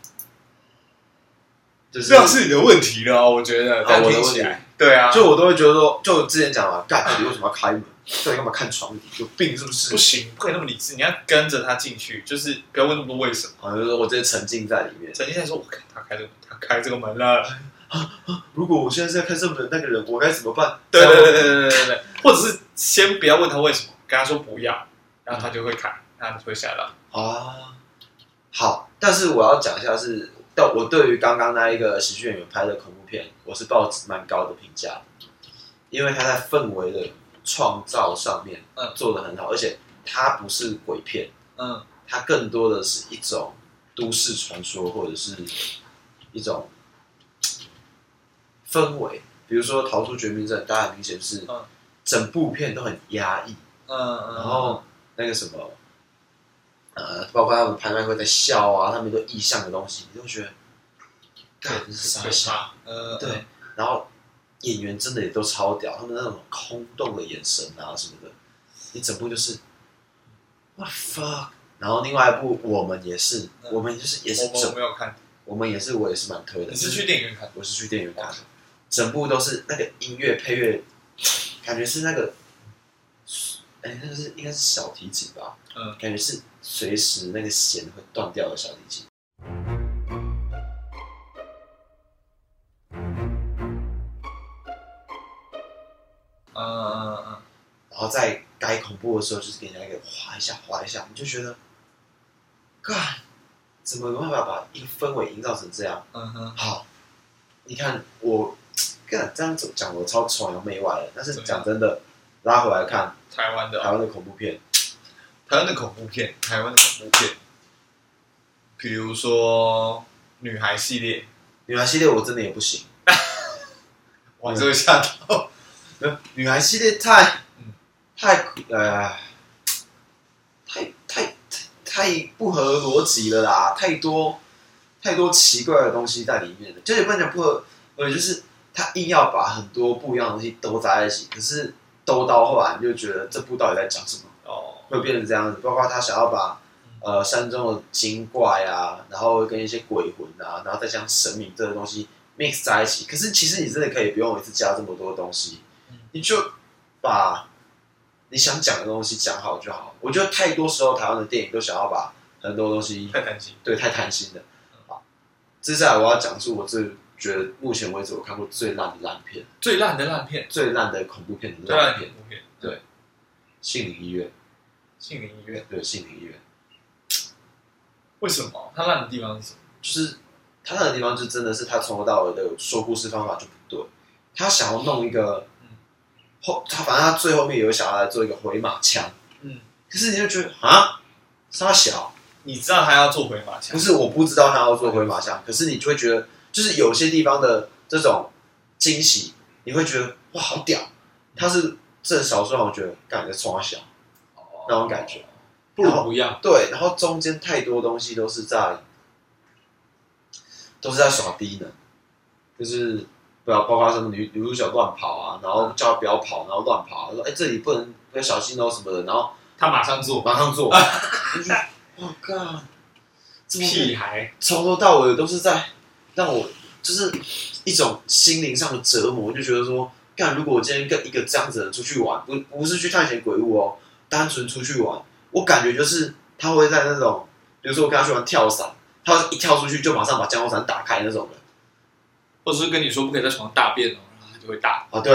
S2: 就是
S1: 这样是你的问题了哦，我觉得，
S2: 啊
S1: 这样
S2: 我的
S1: 听
S2: 问
S1: 起
S2: 题
S1: 来，对啊，
S2: 就我都会觉得说，就我之前讲嘛，干，你为什么要开门？对，干嘛看床底？有病是不
S1: 不
S2: 是？
S1: 行，不可以那么理智，你要跟着他进去，就是不要问那么多为什么。
S2: 好像就是我直接沉浸在里面。
S1: 陈先生说，我看他开这个，他开这个门了。
S2: 如果我现在在看这么的那个人，我该怎么办？
S1: 对对对对对对对，或者是先不要问他为什么，跟他说不要，然后他就会砍，他就会吓到。
S2: 啊，好，但是我要讲一下是，但我对于刚刚那一个喜剧演员拍的恐怖片，我是抱蛮高的评价的，因为他在氛围的创造上面
S1: 嗯
S2: 做的很好，而且它不是鬼片，
S1: 嗯
S2: 它更多的是一种都市传说，或者是一种氛围。比如说《逃出绝命镇》，大家很明显是
S1: 嗯
S2: 整部片都很压抑，
S1: 嗯嗯，
S2: 然后那个什么，呃，包括他们拍卖会在笑啊，他们都意象的东西，你就觉得，干这是啥
S1: 可
S2: 笑？
S1: 怕，呃，
S2: 对，然后演员真的也都超屌，他们那种空洞的眼神啊什么的，你整部就是 what the fuck。然后另外一部我们也是，
S1: 嗯
S2: 我们就是也是
S1: 我我
S2: 整，
S1: 没有看，
S2: 我们也是我也是蛮推的。
S1: 你是去电影院看的？
S2: 我是去电影院看的，整部都是那个音乐配乐，感觉是那个，哎，那个是应该是小提琴吧，
S1: 嗯，
S2: 感觉是随时那个弦会断掉的小提琴。
S1: 嗯嗯嗯
S2: 然后在该恐怖的时候，就是给人家一个划一下划一下，你就觉得，干，怎么有办法把一个氛围营造成这样？
S1: 嗯哼，
S2: 好，你看我，干这样子讲我超崇洋媚外的，但是讲真的，拉回来看
S1: 台湾的
S2: 台湾的恐怖片，
S1: 台湾的恐怖片，台湾的恐怖片，比如说女孩系列，
S2: 女孩系列我真的也不行，
S1: 哇，这个吓到，
S2: 女孩系列太
S1: 嗯，
S2: 太呃，太太太太不合逻辑了啦，太多太多奇怪的东西在里面了，就也不能讲不合，呃，就是他硬要把很多不一样的东西都杂在一起，可是兜到后来你就觉得这部到底在讲什么，
S1: 哦，
S2: 会变成这样子，包括他想要把。呃，山中的精怪啊，然后跟一些鬼魂啊，然后再将神明这个东西 mix 在一起。可是其实你真的可以不用一次加这么多东西，你就把你想讲的东西讲好就好。我觉得太多时候台湾的电影都想要把很多东西
S1: 太担心，
S2: 对太贪心了。好，接下来我要讲述我最觉得目前为止我看过最烂的烂片，
S1: 最烂的烂片，
S2: 最烂的恐怖片的
S1: 最烂
S2: 烂
S1: 的
S2: 片，
S1: 恐怖片，
S2: 心灵医院，
S1: 心灵医院，
S2: 对心灵医院，
S1: 为什么它烂的地方是什么？
S2: 就是他那个地方就真的是他从头到尾的说故事方法就不对，他想要弄一个
S1: 嗯
S2: 后，他反正他最后面有想要来做一个回马枪，
S1: 嗯，
S2: 可是你就觉得啊，他小。
S1: 你知道他要做回马枪
S2: 不，是我不知道他要做回马枪，可是你就会觉得，就是有些地方的这种惊喜，你会觉得哇好屌，他是这少数让我觉得感觉冲他小，
S1: 哦
S2: 那种感觉，
S1: 不如不要，
S2: 对，然后中间太多东西都是在都是在耍低能，就是不要包括什么女女主角乱跑啊，然后叫她不要跑，然后乱跑，说哎、这里不能不要小心哦什么的，然后
S1: 他马上做，
S2: 马上做，我就觉得哇靠，这么会
S1: 屁孩，
S2: 从头到尾都是在让我就是一种心灵上的折磨，就觉得说，干，如果我今天跟一个这样子的人出去玩，不不是去探险鬼屋哦，单纯出去玩，我感觉就是他会在那种，比如说我跟他去玩跳伞，他一跳出去就马上把降落伞打开那种人。
S1: 或者是跟你说不可以在床上大便哦，然后他就会大
S2: 啊，对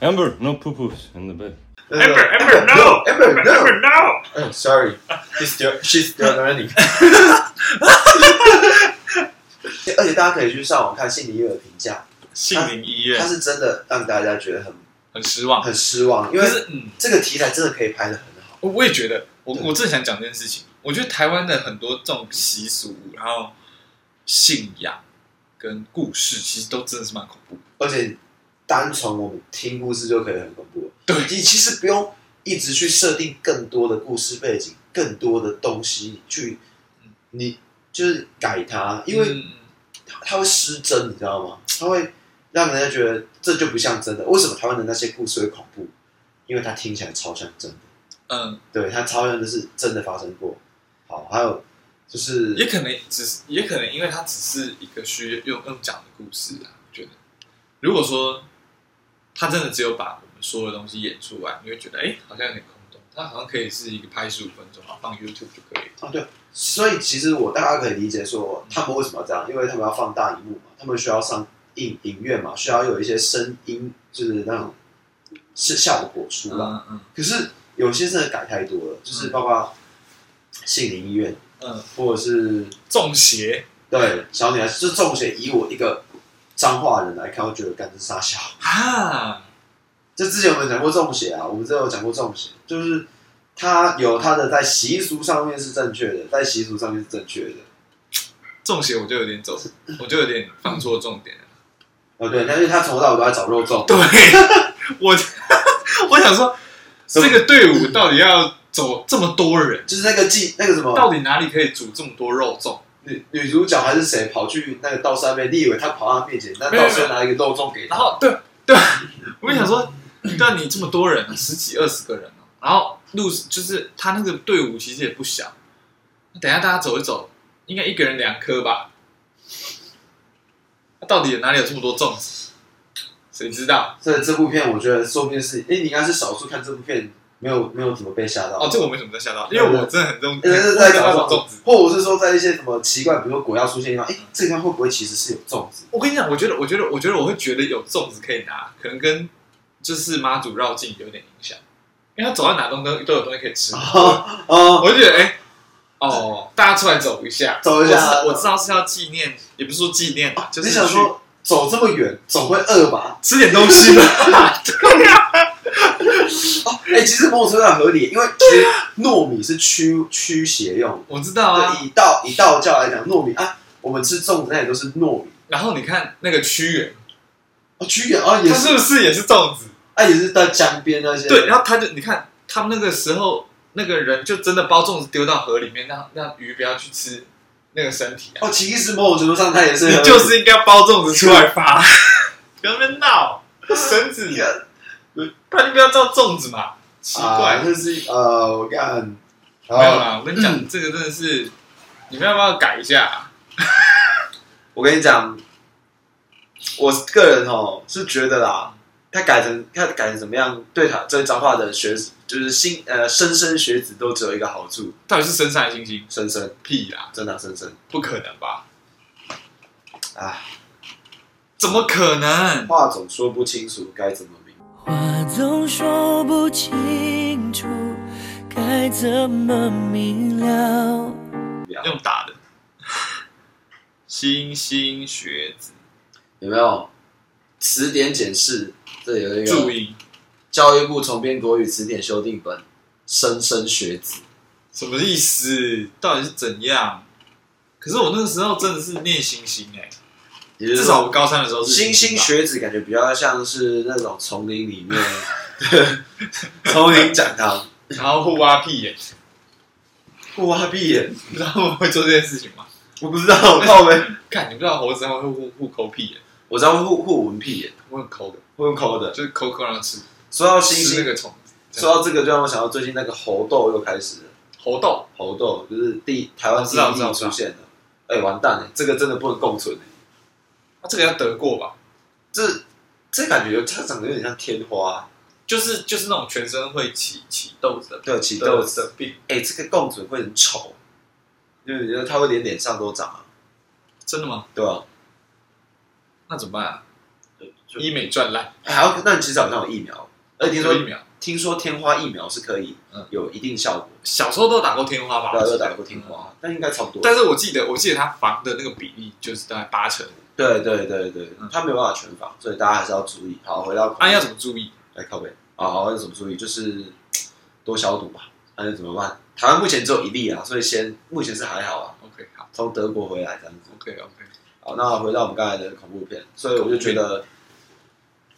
S3: Amber, no poo poos in the bed.
S1: Amber, Amber, no!
S2: Amber no，
S1: ，no，
S2: 嗯，sorry，she's still she's still learning 。 而且大家可以去上网看心理医的评价，
S1: 心灵医
S2: 他
S1: 院
S2: 是真的让大家觉得很
S1: 很失望，
S2: 很失望，因
S1: 可
S2: 为
S1: 是嗯。
S2: 这个题材真的可以拍的很好。
S1: 我我也觉得，我
S2: 对
S1: 我正想讲这件事情。我觉得台湾的很多这种习俗，然后信仰跟故事，其实都真的是蛮恐怖的。
S2: 而且单从我们听故事就可以很恐怖了。
S1: 对
S2: 你其实不用一直去设定更多的故事背景、更多的东西去
S1: 嗯，
S2: 你就是改它，因为
S1: 嗯
S2: 它它会失真，你知道吗？它会让人家觉得这就不像真的。为什么台湾的那些故事会恐怖？因为它听起来超像真的，
S1: 嗯，
S2: 对，它超像就是真的发生过。好，还有就是
S1: 嗯也可能只是，也可能因为它只是一个需用用讲的故事啊。我觉得，如果说他真的只有把我们说的东西演出来，你会觉得哎、诶好像有点空洞。它好像可以是一个拍十五分钟，然后放 YouTube 就可以了。
S2: 啊，对，所以其实我大家可以理解说，他们为什么要这样，因为他们要放大荧幕嘛，他们需要上影影院嘛，需要有一些声音，就是那种是效果出来。
S1: 嗯嗯
S2: 可是有些真的改太多了，就是包括杏林医院，
S1: 嗯，
S2: 或者是
S1: 中邪
S2: 对小女孩，就是这种些以我一个彰化人来看，我觉得干这傻小。
S1: 啊，
S2: 就之前我们讲过中邪啊，我们之前有讲过中邪，就是它有它的在习俗上面是正确的，在习俗上面是正确的。
S1: 中邪我就有点走，我就有点放错重点了。
S2: 哦，对，但是他从头到尾都在找肉粽。
S1: 对，我我想说，
S2: 什么
S1: 这个队伍到底要走这么多人，
S2: 就是那个记那个什么
S1: 到底哪里可以煮这么多肉粽？
S2: 女女主角还是谁跑去那个道士那边，你以为他跑到他面前，但道士拿一个肉粽给他，
S1: 然后对对，我就想说，但你这么多人、啊，十几二十个人、啊、然后路就是他那个队伍其实也不小，等一下大家走一走，应该一个人两颗吧？到底哪里有这么多粽子？谁知道？
S2: 所以这部片我觉得说不定是，哎、你应该是少数看这部片没有没有怎么被吓到，
S1: 哦，这我没什么在吓到，因为我真的很重，
S2: 因为是呃在找
S1: 我没有办法
S2: 粽
S1: 粽
S2: 子
S1: 子，。
S2: 或者是说在一些什么奇怪，比如说果要出现的地方，哎、这地方会不会其实是有粽子？
S1: 我跟你讲，我觉得，我觉得，我觉得我会觉得有粽子可以拿，可能跟就是妈祖绕境有点影响，因为他走到哪东都都有东西可以吃。
S2: 哦哦，
S1: 我就觉得，哎、哦，大家出来走一下，
S2: 走一下哦
S1: 我知我知道是要纪念，也不是说纪念吧，啊就是
S2: 你想
S1: 去
S2: 说走这么远，总会饿吧？
S1: 吃点东西 吧。 对呀、
S2: 哦，哎、其实某种程度上合理，因为其实糯米是驱驱邪用的。
S1: 我知道啊。
S2: 对，以道以道教来讲，糯米啊，我们吃粽子那也都是糯米。
S1: 然后你看那个屈原，
S2: 哦，屈原啊也
S1: 他
S2: 是
S1: 是不是也是粽子？
S2: 啊也是在江边那些。
S1: 对，然后他就你看他们那个时候那个人就真的包粽子丢到河里面，让让鱼不要去吃那个身体啊。
S2: 哦，其实某种程度上它也是合
S1: 你
S2: 理
S1: 就是应该包粽子出来 发，不要在那边闹绳子，不然你不要造粽子嘛，奇怪。
S2: 啊，这哦是呃，我看
S1: 没有啦，我跟你
S2: 嗯
S1: 讲，这个真的是你们要不要改一下啊？
S2: 我跟你讲，我个人哦是觉得啦，他改成他改成怎么样，对他这彰化的学子，就是新呃莘莘学子都只有一个好处，
S1: 到底是深山还是星星？
S2: 莘莘
S1: 屁啦，
S2: 真的莘莘
S1: 不可能吧？
S2: 啊，
S1: 怎么可能？
S2: 话总说不清楚该怎么明。
S4: 话总说不清楚，该怎么明了？
S1: 用打的。星星学子
S2: 有没有词典检视？这有一
S1: 注
S2: 个
S1: 音，
S2: 教育部重编国语词典修订本，莘莘学子。
S1: 什么意思？到底是怎样？可是我那个时候真的是念星星哎、
S2: 也就是
S1: 至
S2: 说
S1: 少我高三的时候是
S2: 星星
S1: 吧
S2: 学子感觉比较像是那种丛林 里面，丛林讲堂，
S1: 然后互挖屁眼，
S2: 哇闭眼，
S1: 你知道他们会做这件事情吗？
S2: 我不知道，我靠呗，
S1: 看，你不知道猴子他们会互互抠屁眼，
S2: 我知道互互闻屁眼，
S1: 我很抠的，
S2: 互抠的。
S1: 就是抠抠然后吃
S2: 说到星
S1: 吃那
S2: 星，
S1: 个虫子，
S2: 说到这个就让我想到最近那个猴痘又开始了，
S1: 猴豆。
S2: 猴痘就是第台湾
S1: 我
S2: 第
S1: 知道我
S2: 一例
S1: 知道
S2: 出现的，哎、完蛋了、这个真的不能共存、欸、
S1: 啊，这个要得过吧？
S2: 这这感觉有它长得有点像天花，
S1: 就是就是那种全身会起起痘子的
S2: 对，起
S1: 的
S2: 痘子，
S1: 的病，
S2: 哎、这个共存会很丑，就是你觉得它会连脸上都长啊，
S1: 真的吗？
S2: 对吧、
S1: 那怎么办啊？
S2: 就
S1: 医美赚烂，
S2: 还要，那你哎其实好像有疫苗，而且听说
S1: 有疫苗，
S2: 听说天花疫苗是可以
S1: 嗯
S2: 有一定效果，
S1: 小时候都打过天花吧？
S2: 大家
S1: 我
S2: 都
S1: 记得
S2: 打过天，花，但应该差不多。
S1: 嗯但是我记得我记得它防的那个比例就是大概八成五。
S2: 对对对对
S1: 嗯，
S2: 它没有办法全防，所以大家还是要注意。好，回到口
S1: 啊，要怎么注意？
S2: 来靠背啊，好，要怎么注意？就是多消毒吧。那就怎么办？台湾目前只有一例啊，所以先目前是还好啊，
S1: OK，好
S2: 从德国回来这样子。
S1: ，OK OK，
S2: 好，那回到我们刚才的恐怖片，所以我就觉得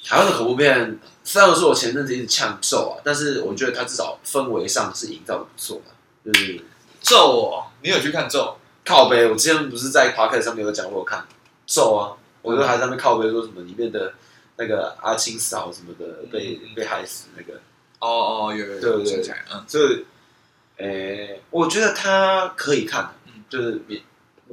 S2: 台湾的恐怖片，虽然说我前阵子一直呛咒啊，但是我觉得它至少氛围上是营造的不错的，就是
S1: 咒哦，你有去看咒？
S2: 靠背，我之前不是在 p o c a s t 上面有讲，我有看咒啊，我就还在那边靠背说什么里面的那个阿青嫂什么的被、
S1: 嗯
S2: 被害死那个，
S1: 哦哦，有有有，
S2: 对对
S1: 我想起来了，嗯，
S2: 所以，诶、我觉得它可以看
S1: 嗯，
S2: 就是比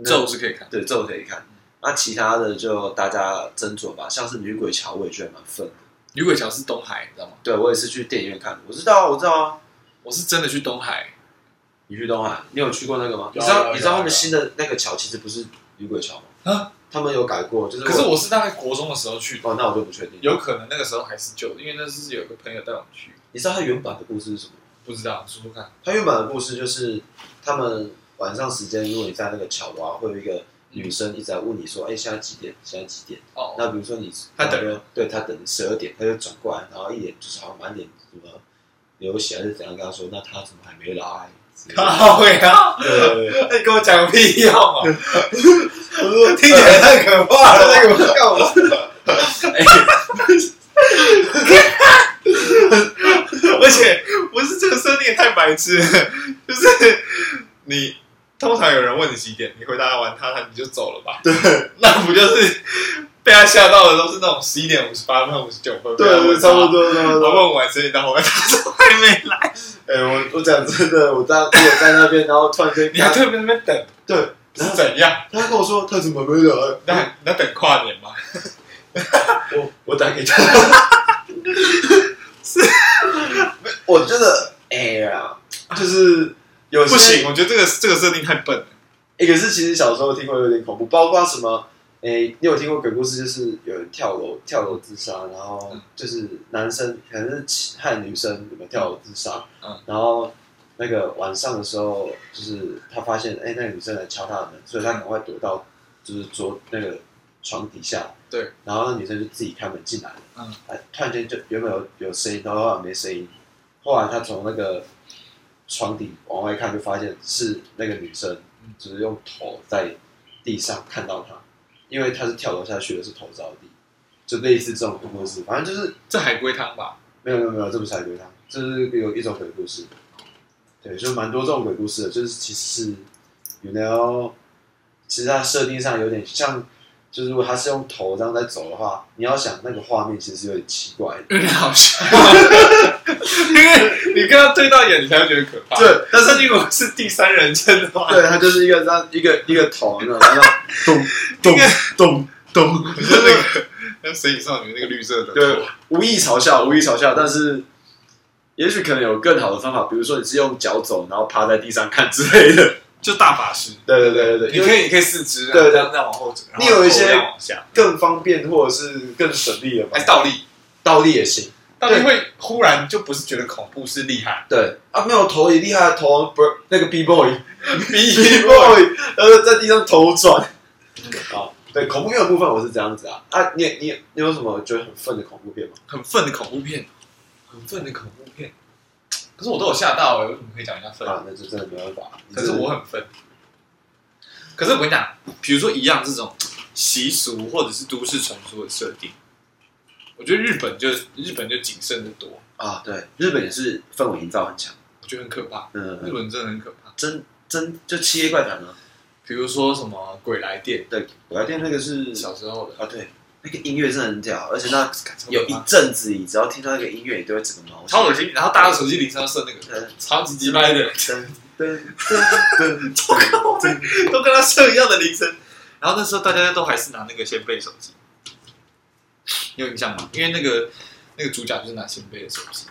S1: 咒是可以看，
S2: 对咒可以看，那其他的就大家斟酌吧，像是女鬼桥我也觉得蛮愤的，
S1: 女鬼桥是东海，你知道吗？
S2: 对我也是去电影院看的，我知道啊我知道啊，
S1: 我是真的去东海，
S2: 你去东海，你有去过那个吗？你
S1: 有啊
S2: 知道
S1: 有啊
S2: 你知道
S1: 有啊
S2: 他们新的那个桥其实不是女鬼桥吗？
S1: 啊，
S2: 他们有改过，就是
S1: 可是我是大概国中的时候去的，
S2: 哦，那我就不确定，
S1: 有可能那个时候还是旧的，因为那是有个朋友带我们去，
S2: 你知道它原版的故事是什么吗？
S1: 不知道说说看。
S2: 它原版的故事就是，他们晚上时间，如果你在那个桥的话，会有一个女生一直在问你说：“哎、现在几点？现在几点
S1: 哦？”，
S2: 那比如说你，
S1: 她等
S2: 然后就对她等十二点，她就转过来，然后一脸就是好像满脸什么流血还是怎样，跟他说，那他怎么还没来？之类的
S1: 靠会啊！
S2: 对，
S1: 那你跟我讲个屁用啊！
S2: 我说
S1: 听起来太可怕了，那个干嘛？而且不是这个设定也太白痴了，就是你通常有人问你几点，你回答完他，他你就走了吧？对，那不就是被他吓到的都是那种十一点五十八分、五十九分，被他
S2: 对，
S1: 问
S2: 差不。多，差不
S1: 我
S2: 多。
S1: 问完时间，然后他说还没来，
S2: 哎、我我讲真的，我在我在那边，然后突然间，
S1: 你还特别在那边等
S2: 对，
S1: 是怎样？
S2: 他跟我说他怎么没来，
S1: 那那等跨年吗？
S2: 我我打 给他，是，我觉得哎呀，就是有些
S1: 不行，我觉得这个这个设定太笨了。
S2: 欸，可是其实小时候听过有点恐怖，包括什么？诶、你有听过鬼故事？就是有人跳楼跳楼自杀，然后
S1: 嗯
S2: 就是男生可能是和女生有没有跳楼自杀，
S1: 嗯
S2: 然后那个晚上的时候，就是他发现哎、欸那个女生来敲他的门，所以他赶快躲到就是桌那个床底下，
S1: 对，
S2: 然后那女生就自己开门进来了，
S1: 嗯
S2: 啊，突然间就原本有有声音，然后后来没声音，后来他从那个床底往外看，就发现是那个女生
S1: 嗯，
S2: 就是用头在地上看到他，因为他是跳楼下去的，是头着地，就类似这种鬼故事。反正就是
S1: 这海龟汤吧？
S2: 没有没有没有，这不是海龟汤，这是有一种鬼故事。对，就蛮多这种鬼故事的，就是其实是，you know，其实它设定上有点像，就是如果他是用头这样在走的话，你要想那个画面其实有点奇怪的。
S1: 有点好 笑，因为你跟他对到眼，你才会觉得可怕。
S2: 对，
S1: 但是如果是第三人称的话，
S2: 对，它就是一个这样一个一个头，然后然后咚咚咚 咚，
S1: 就是那个那《神隐少女》那个绿色的，
S2: 对，无意嘲笑，无意嘲笑，但是也许可能有更好的方法，比如说你是用脚走，然后趴在地上看之类的。
S1: 就大法师。
S2: 对对对对对，
S1: 你
S2: 因
S1: 可
S2: 为
S1: 以，你可以四肢，
S2: 对对
S1: 这样这样往后走，然后
S2: 你有一些
S1: 头这样往下，哎
S2: 更方便或者是更省力的
S1: 还是
S2: 方法，
S1: 倒立，
S2: 哎倒立也行。
S1: 倒立会忽然就不是觉得恐怖，是厉害。
S2: 对啊，没有头也厉害，头不是那个 B boy
S1: 比
S2: B boy，呃，在地上头 转。啊，对恐怖片的部分我是这样子啊啊，你你你有什么觉得很愤的恐怖片吗？
S1: 很愤的恐怖片，很愤的恐怖片。可是我都有吓到哎，为什么可以讲一下愤？
S2: 啊，那就真的没办法。
S1: 可是我很愤。可是我跟你讲，比如说一样这种习俗或者是都市传说的设定，我觉得日本就日本就谨慎的多，
S2: 啊，对日本也是氛围营造很强，
S1: 我觉得很可怕。日
S2: 嗯，
S1: 本真的很可怕。
S2: 真真就七夜怪谈啊，
S1: 比如说什么鬼来电，
S2: 对，我来电那个是
S1: 小时候的，
S2: 啊，对，那个音乐真的很屌，而且那
S1: 超
S2: 有
S1: 可
S2: 一
S1: 怕
S2: 阵子，你只要听到那个音乐，你都会整个毛
S1: 超
S2: 超
S1: 恶心。然后大家手机铃声要设那个
S2: 嗯
S1: 超级鸡掰 的，
S2: 噔噔噔 噔，
S1: 都跟他设一样的铃声。然后那时候大家都还是拿那个先辈手机，你有印象吗？因为那个那个主角就是拿先辈的手机，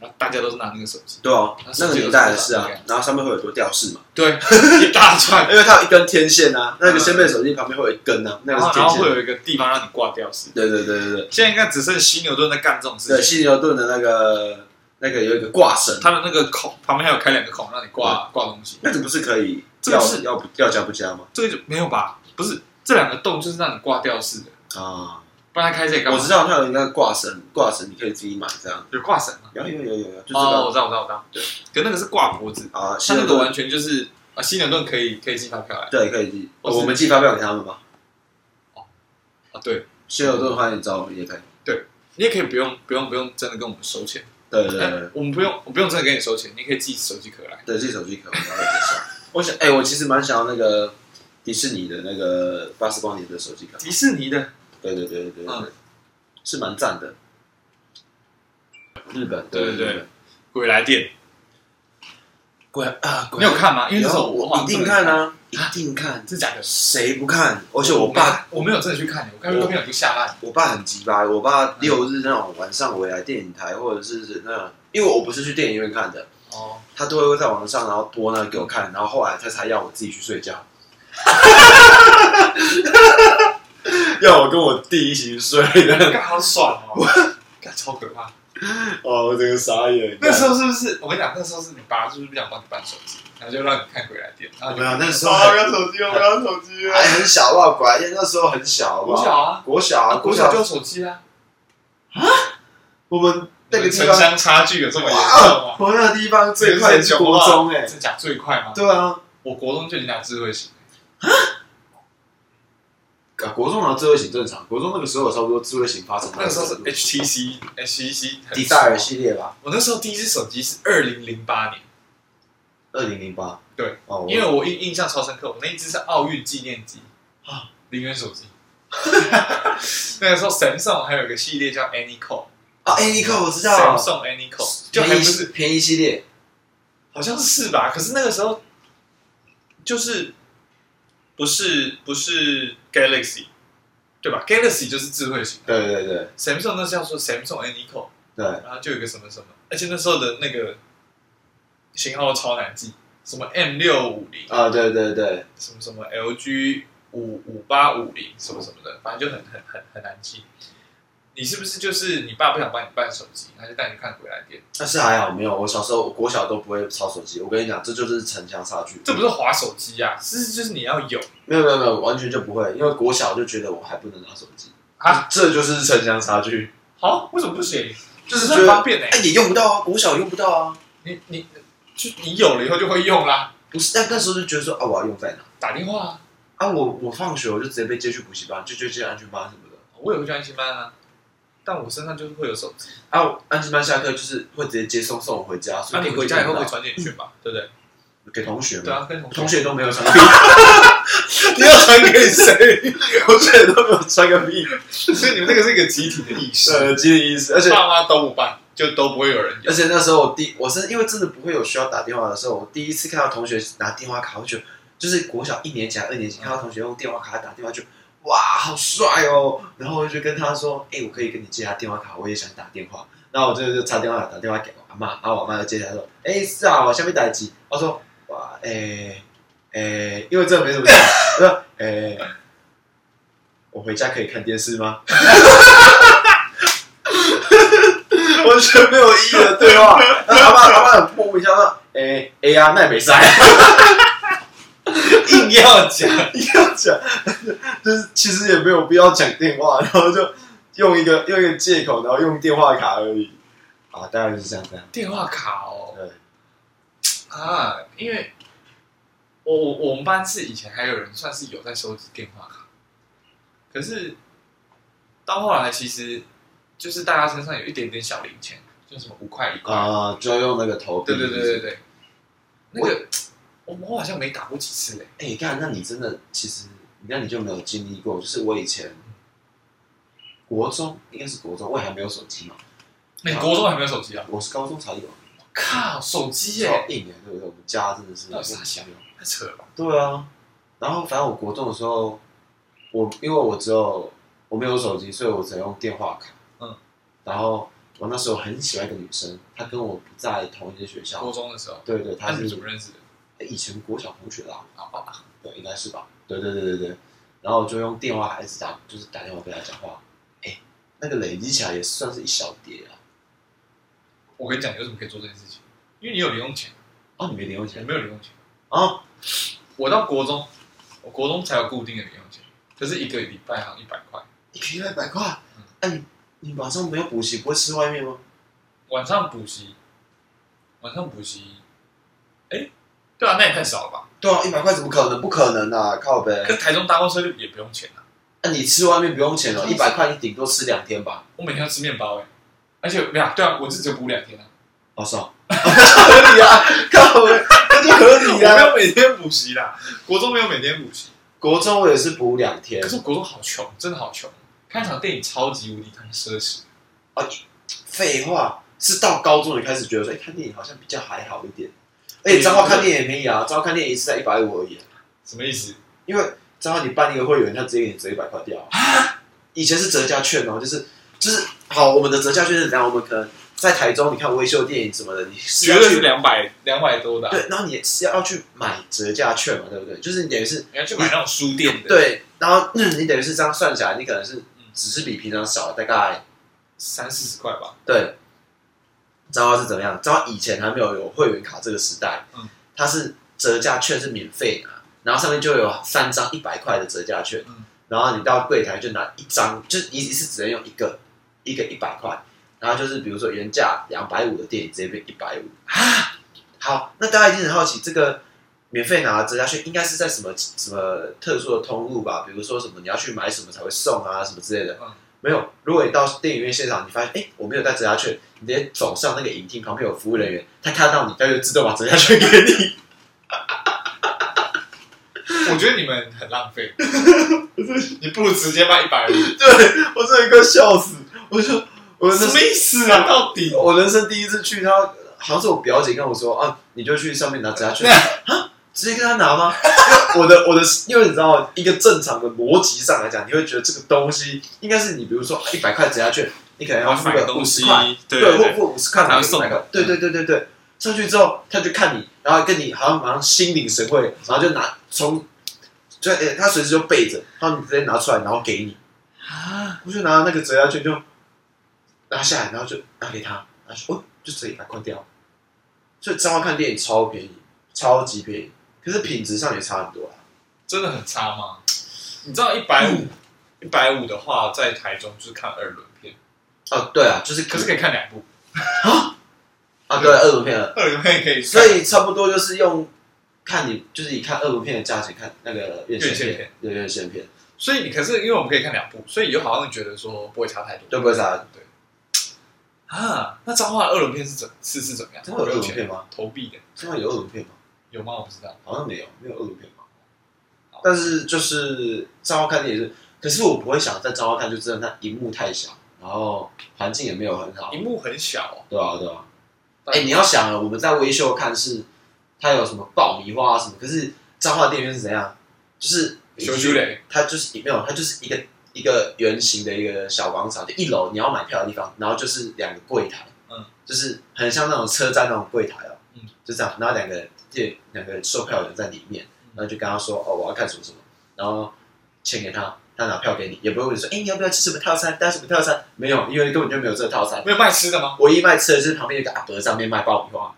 S1: 然后大家都是拿那个手机。
S2: 对哦，那个年代还是啊
S1: 那是，
S2: 然后上面会有很多吊饰嘛，
S1: 对， 一大串，
S2: 因为它有一根天线啊，那个先辈手机旁边会有一根啊，那
S1: 然
S2: 个是
S1: 哦后然
S2: 天
S1: 后会
S2: 线，
S1: 有一个地方让你挂掉是。
S2: 对对对对对，
S1: 现在应该只剩犀牛顿在干这种事
S2: 对
S1: 情，
S2: 犀牛盾的那个那个有一个挂绳，
S1: 他们那个孔旁边还有开两个孔让你挂挂东西，
S2: 那个不是可以
S1: 这个
S2: 要
S1: 是
S2: 要不要加不加吗？
S1: 这个就没有吧？不是，这两个洞就是让你挂吊式的，
S2: 啊，
S1: 不然它开这里干嘛？
S2: 我知道它有一个挂绳，挂绳你可以自己买这样，
S1: 有挂绳吗？
S2: 有有有有有，就这
S1: 哦，我
S2: 个
S1: 知道，我知道，我知道。
S2: 对，
S1: 可那个是挂脖子，
S2: 啊，犀
S1: 它那个
S2: 牛盾
S1: 完全就是啊，犀牛顿可以可以寄发票来
S2: 对可以寄，
S1: 哦我是哦
S2: 我们寄发票给他们吧。
S1: 啊，对
S2: 希尔顿欢迎找我们也可以。
S1: 你也可以不用不用不用真的跟我们收钱，
S2: 对对
S1: 哎
S2: 对，
S1: 我们不用我不用真的给你收钱，你可以寄手机壳来。
S2: 对自己手机壳我们会介绍。 我想，哎、我其实蛮想要那个迪士尼的那个巴斯光年的手机壳。
S1: 迪士尼的
S2: 对对对对对对，
S1: 嗯
S2: 是蛮赞的。日本，
S1: 对对对
S2: 日本
S1: 鬼来电，
S2: 鬼啊，鬼
S1: 你有看吗？因为那时
S2: 有
S1: 候
S2: 我一定看，啊，一定看，
S1: 真假的？
S2: 谁不看？而且我爸，
S1: 我没有真的去看，我看预告片我就吓烂。
S2: 我爸很鸡巴，我爸六日那种晚上回来电影台或者是那种，因为我不是去电影院看的，
S1: 哦，
S2: 他都会在网上，然后播那个给我看，然后后来他才要我自己去睡觉， 要我跟我弟一起去睡 的。
S1: 干好爽哦，干超可怕。
S2: 哦，我整个傻眼。
S1: 那时候是不是我跟你讲，那时候是你爸是不是不想帮你办手机，然后就让你看鬼来电，然后
S2: 干
S1: 你
S2: 没有，那时候
S1: 啊
S2: 还
S1: 要手机，我要手机哦
S2: 还很小吧，果然那时候很小，好不
S1: 国小
S2: 好？
S1: 啊，
S2: 国小啊，
S1: 国
S2: 国
S1: 小就
S2: 小就
S1: 有手机啊，
S2: 我们那个地
S1: 城
S2: 方
S1: 乡差距有这么严重
S2: 哇，
S1: 吗？
S2: 我那个地方最快的是国中哎、
S1: 这欸讲最快吗？
S2: 对啊，
S1: 我国中就已经拿智慧型，
S2: 啊国中拿智慧型正常，国中那个时候差不多智慧型发展到
S1: 那个时候是
S2: 程度
S1: HTC HTC 很
S2: 迪塞尔
S1: 熟
S2: 系列吧，
S1: 我那时候第一只手机是二零零八年，
S2: 二零零八，
S1: 对，
S2: 哦，
S1: 因为我印印象超深刻，我那一只是奥运纪念机
S2: 啊，
S1: 零元手机。 那个时候，Samsung 还有一个系列叫 Anycall，
S2: 啊，哎，尼克我知道，
S1: Samsung Anycall 就还
S2: 便
S1: 不
S2: 宜
S1: 是
S2: 便宜系列，
S1: 好像是吧？可是那个时候就是不是不是 Galaxy 对吧？Galaxy 就是智慧型
S2: 对对对
S1: ，Samsung 那叫做 Samsung Anyco，
S2: 对，
S1: 然后就有一个什么什么，而且那时候的那个型号超难记，什么 M 六五零
S2: 啊，对对对，
S1: 什么什么 LG 五五八五零什么什么的，反正就很很很很难记。你是不是就是你爸不想帮你办手机，他就带你看鬼来电？
S2: 但是还好没有，我小时候我国小都不会抄手机，我跟你讲，这就是城乡差距，
S1: 这不是划手机呀、啊，是就是你要有
S2: 没有没有没有，完全就不会，因为国小就觉得我还不能拿手机
S1: 啊，
S2: 这就是城乡差距，
S1: 好，为什么不行？
S2: 就是觉
S1: 很方
S2: 得
S1: 便哎、
S2: 哎也用不到啊，国小用不到啊，
S1: 你你就你有了以后就会用啦，
S2: 不是，但那时候就觉得说啊，我要用在哪
S1: 打电话啊，
S2: 啊，我我放学我就直接被接去补习班，就就接安全班什么的。
S1: 我也会去安心班啊，但我身上就是会有手机，
S2: 啊，我安全班下课就是会直接接送送我回家，
S1: 那、
S2: 所以
S1: 啊你回家以后会传简讯吧，嗯对不对？
S2: 给同学
S1: 对
S2: 嘛，
S1: 啊，跟同
S2: 同
S1: 学
S2: 学都没有传 给我，
S1: 你要传给 谁？
S2: 同学都没有传个屁，
S1: 所以你们这个 是一个集体的意识，
S2: 呃，记得意思，而且
S1: 爸妈都不办，就都不会有人有
S2: 而。且那时候我第我是因为真的不会有需要打电话的时候，我第一次看到同学拿电话卡，我就觉得就是国小一年级、还二年级看到同学用电话卡打电话就，哇，好帅哦！然后我就跟他说：“哎、我可以跟你借他电话卡，我也想打电话。”然后我就就插电话打电话给我阿妈，然后我妈就接起来说：“哎、是啊，我下面打机。”我说：“哇，哎、哎、因为这没什么事。”我说：“哎、我回家可以看电视吗？”完全没有意义的对话。 然后阿爸阿爸很莫名其妙说：“哎、哎呀、那也没塞。”
S1: 硬要讲，
S2: 一定要讲，就是其实也没有必要讲电话，然后就用一个用一个借口，然后用电话卡而已。啊，当然是这样这样。呃
S1: 电话卡哦
S2: 对，
S1: 啊，因为我我我们班是以前还有人算是有在收集电话卡，可是到后来其实就是大家身上有一点点小零钱，就什么五块一块，
S2: 啊、就用那个投币。
S1: 对对对对。对，那
S2: 我
S1: 个我我好像没打过几次嘞，
S2: 哎、看，那你真的其实，那你就没有经历过。就是我以前国中，应该是国中，我也还没有手机嘛，
S1: 你国中还没有手机啊？
S2: 我是高中才有，
S1: 靠，手机
S2: 超
S1: 耶，
S2: 硬的，对不对？我们家真的是
S1: 那是他想太扯了吧？
S2: 对啊，然后反正我国中的时候，我因为我只有我没有手机，所以我只能用电话卡。
S1: 嗯，
S2: 然后我那时候很喜欢一个女生，她跟我不在同一间学
S1: 国
S2: 校。
S1: 中的时候，
S2: 对对，她
S1: 那
S2: 是
S1: 啊你怎么认识的？
S2: 以前国小同学啦、
S1: 啊啊，
S2: 对，应该是吧？对对对对对。然后我就用电话还是打，就是打电话跟她讲话。哎，那个累积起来也算是一小叠啊。
S1: 我跟你讲，有什么可以做这件事情？因为你有零用钱，
S2: 哦，你没零用
S1: 我
S2: 钱
S1: 没有零用钱。
S2: 啊？
S1: 我到国中，我国中才有固定的零用钱，可是一个礼拜好像一百块，
S2: 一个月百块？哎、你你晚上没有补习，不会吃外面吗？
S1: 晚上补习，晚上补习，哎、对啊，那也太少了吧？
S2: 对啊，一百块怎么可能？不可能啊！靠呗。
S1: 可是台中搭公车就也不用钱啊，
S2: 那、你吃外面不用钱哦，一百块你顶多吃两天吧？
S1: 我每天要吃面包哎、而且没有啊对啊，我是只有补两 天啊，
S2: 哦，是哦，合理啊，靠，那就合
S1: 我
S2: 理
S1: 没
S2: 啊。
S1: 有每天补习啦，国中没有每天补习，
S2: 国中我也是补两天
S1: 可，是我国中好穷，真的好穷，看一场电影超级无敌他妈奢侈，
S2: 废话，是到高中你开始觉得说，哎、看电影好像比较还好一点。而且彰化看电影也便宜啊，彰化看电影一次才一百五而已、啊，
S1: 什么意思？
S2: 因为彰化你办一个会员，他直接给你折一百块掉、啊。以前是折价券哦，就是就是好，我们的折价券是怎样？我们可能在台中，你看微秀电影什么的，你是
S1: 绝
S2: 要
S1: 对是
S2: 去
S1: 两百两百嗯多的啊、
S2: 对，然后你是要去买折价券嘛，对不对？就是你等于是
S1: 你要去买那种书店的，，
S2: 对，然后、嗯、你等于是这样算起来，你可能是只是比平常少了大概
S1: 三四十块吧，
S2: 对。彰化是怎么样？彰化以前还没有有会员卡这个时代，
S1: 嗯
S2: 它是折价券是免费拿，然后上面就有三张一百块的折价券，
S1: 嗯
S2: 然后你到柜台就拿一张，就是你是只能用一个一个一百块，然后就是比如说原价两百五的电影直接变一百五啊。好，那大家一定很好奇，这个免费拿的折价券应该是在什么什么特殊的通路吧？比如说什么你要去买什么才会送啊，什么之类的。
S1: 嗯
S2: 没有，如果你到电影院现场，你发现哎、我没有带折价券，你直接走上那个影厅，旁边有服务人员，他看到你，他就自动把折价券给你。
S1: 我觉得你们很浪 费，你不如直接卖一百五，
S2: 我真的给我笑死！我就我那
S1: 什么意思啊？到底
S2: 我人生第一次去，他好像是我表姐跟我说啊，你就去上面拿折 价券啊，直接跟他拿吗？因为我的我的，因为你知道，一个正常的逻辑上来讲，你会觉得这个东西应该是你，比如说啊一百块折价券，你可能要付
S1: 买个
S2: 个五
S1: 东西
S2: 十块，，
S1: 对
S2: 对，或
S1: 对，
S2: 或五十块
S1: 他才
S2: 拿
S1: 会送
S2: 一百块，对对对对对。上去之后，他就看你，然后跟你好像马上心领神会，然后就拿从，就、诶他随时就备着，然后你直接拿出来，然后给你。
S1: 啊，
S2: 我就拿那个折价券就拿下来，然后就拿给他，然后说哦，就折一百块掉。所以彰化看电影超便宜，超级便宜，可是品质上也差很多啊。
S1: 真的很差吗？你知道一百五，一百五的话，在台中就是看二轮片，
S2: 哦，对啊，就是
S1: 可是可以看两部，
S2: 啊，对啊，二轮片了，
S1: 二轮片可以看，
S2: 所以差不多就是用看你就是以看二轮片的价钱看那个院线
S1: 院线
S2: 片，对院线片
S1: 所以你可是因为我们可以看两部，所以你就好像觉得说不会差太多，
S2: 对不会差？
S1: 啊？那彰化的二轮片是怎是是怎么样？
S2: 真的有二轮
S1: 钱
S2: 片吗？
S1: 投币的
S2: 彰化有二轮片吗？
S1: 有吗？我不知道，
S2: 好像没有，没有二轮片吧
S1: 好。
S2: 但是就是彰化看电影是，可是我不会想在彰化看，就真的那荧幕太小，然后环境也没有很好，
S1: 荧幕很小
S2: 对啊对啊。
S1: 哦。
S2: 哎、你要想啊，我们在微秀看是它有什么爆米花啊什么，可是彰化电影院是怎样？就是
S1: 小巨人
S2: 它就是没有，它就是一个一个圆形的一个小广场，就一楼你要买票的地方，然后就是两个柜台，
S1: 嗯，
S2: 就是很像那种车站那种柜台哦，
S1: 嗯，
S2: 就这样，然后两个店两个售票员在里面，然后就跟他说哦我要看什么什么，然后钱给他。他拿票给你，也不会问你说，哎、你要不要吃什么套餐？带什么套餐？没有，因为根本就没有这个套餐。
S1: 没有卖吃的吗？
S2: 唯一卖吃的就是旁边有个阿伯上面卖爆米花，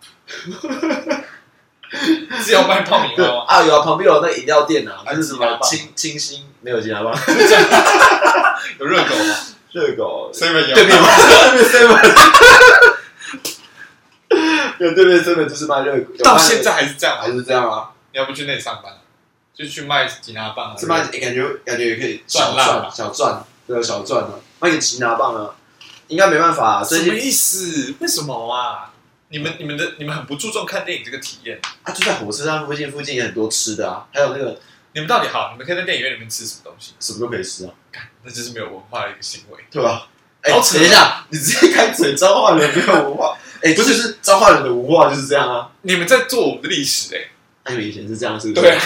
S1: 是要卖爆米花 吗？
S2: 啊有啊，旁边有那饮料店啊，
S1: 啊
S2: 就是什
S1: 吉拿
S2: 么
S1: 棒
S2: 清清新没有吉拿棒，
S1: 有热狗吗？
S2: 热狗
S1: ？seven 有
S2: 对面有对面 seven，有对面 seven 就是卖热狗，有卖
S1: 到现在还是这样
S2: 还
S1: 吗？
S2: 是这样啊，
S1: 你要不去那里上班，就去卖吉拿棒啊？
S2: 是卖感觉感觉也可以
S1: 赚
S2: 小
S1: 烂了
S2: 赚小赚，对啊小赚啊，卖个吉拿棒啊，应该没办法啊，
S1: 什
S2: 最
S1: 么
S2: 近
S1: 意思？为什么啊？你
S2: 嗯
S1: 们你们的你们很不注重看电影这个体验，
S2: 啊就在火车站附近附近也很多吃的啊，还有那个
S1: 你们到底好？你们可以在电影院里面吃什么东西？
S2: 什么都可以吃啊，
S1: 那就是没有文化的一个行为。
S2: 对吧？哎、
S1: 好扯啊
S2: 等一下，你直接开嘴彰化人没有文化，哎、不是，是彰化人的文化就是这样啊。
S1: 你们在做我们的历史哎、
S2: 那你们以前是这样，是不是？
S1: 对啊，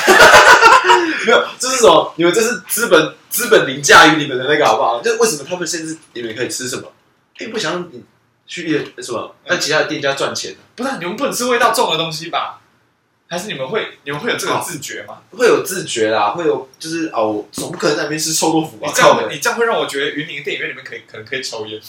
S2: 没有，这是什么？你们这是资本资本凌驾于你们的那个，好不好？就为什么他们限制你们可以吃什么？哎、不想让你去夜什么？
S1: 嗯
S2: 那其他的店家赚钱、啊，
S1: 不是啊、你们不能吃味道重的东西吧？还是你们会你们会有这个自觉吗？
S2: 会有自觉啦，会有就是哦，我总不可能在那边吃臭豆腐吧？
S1: 你这样
S2: 哦靠
S1: 会
S2: 北
S1: 你这样会让我觉得云林的电影院里面可以可能可以抽烟。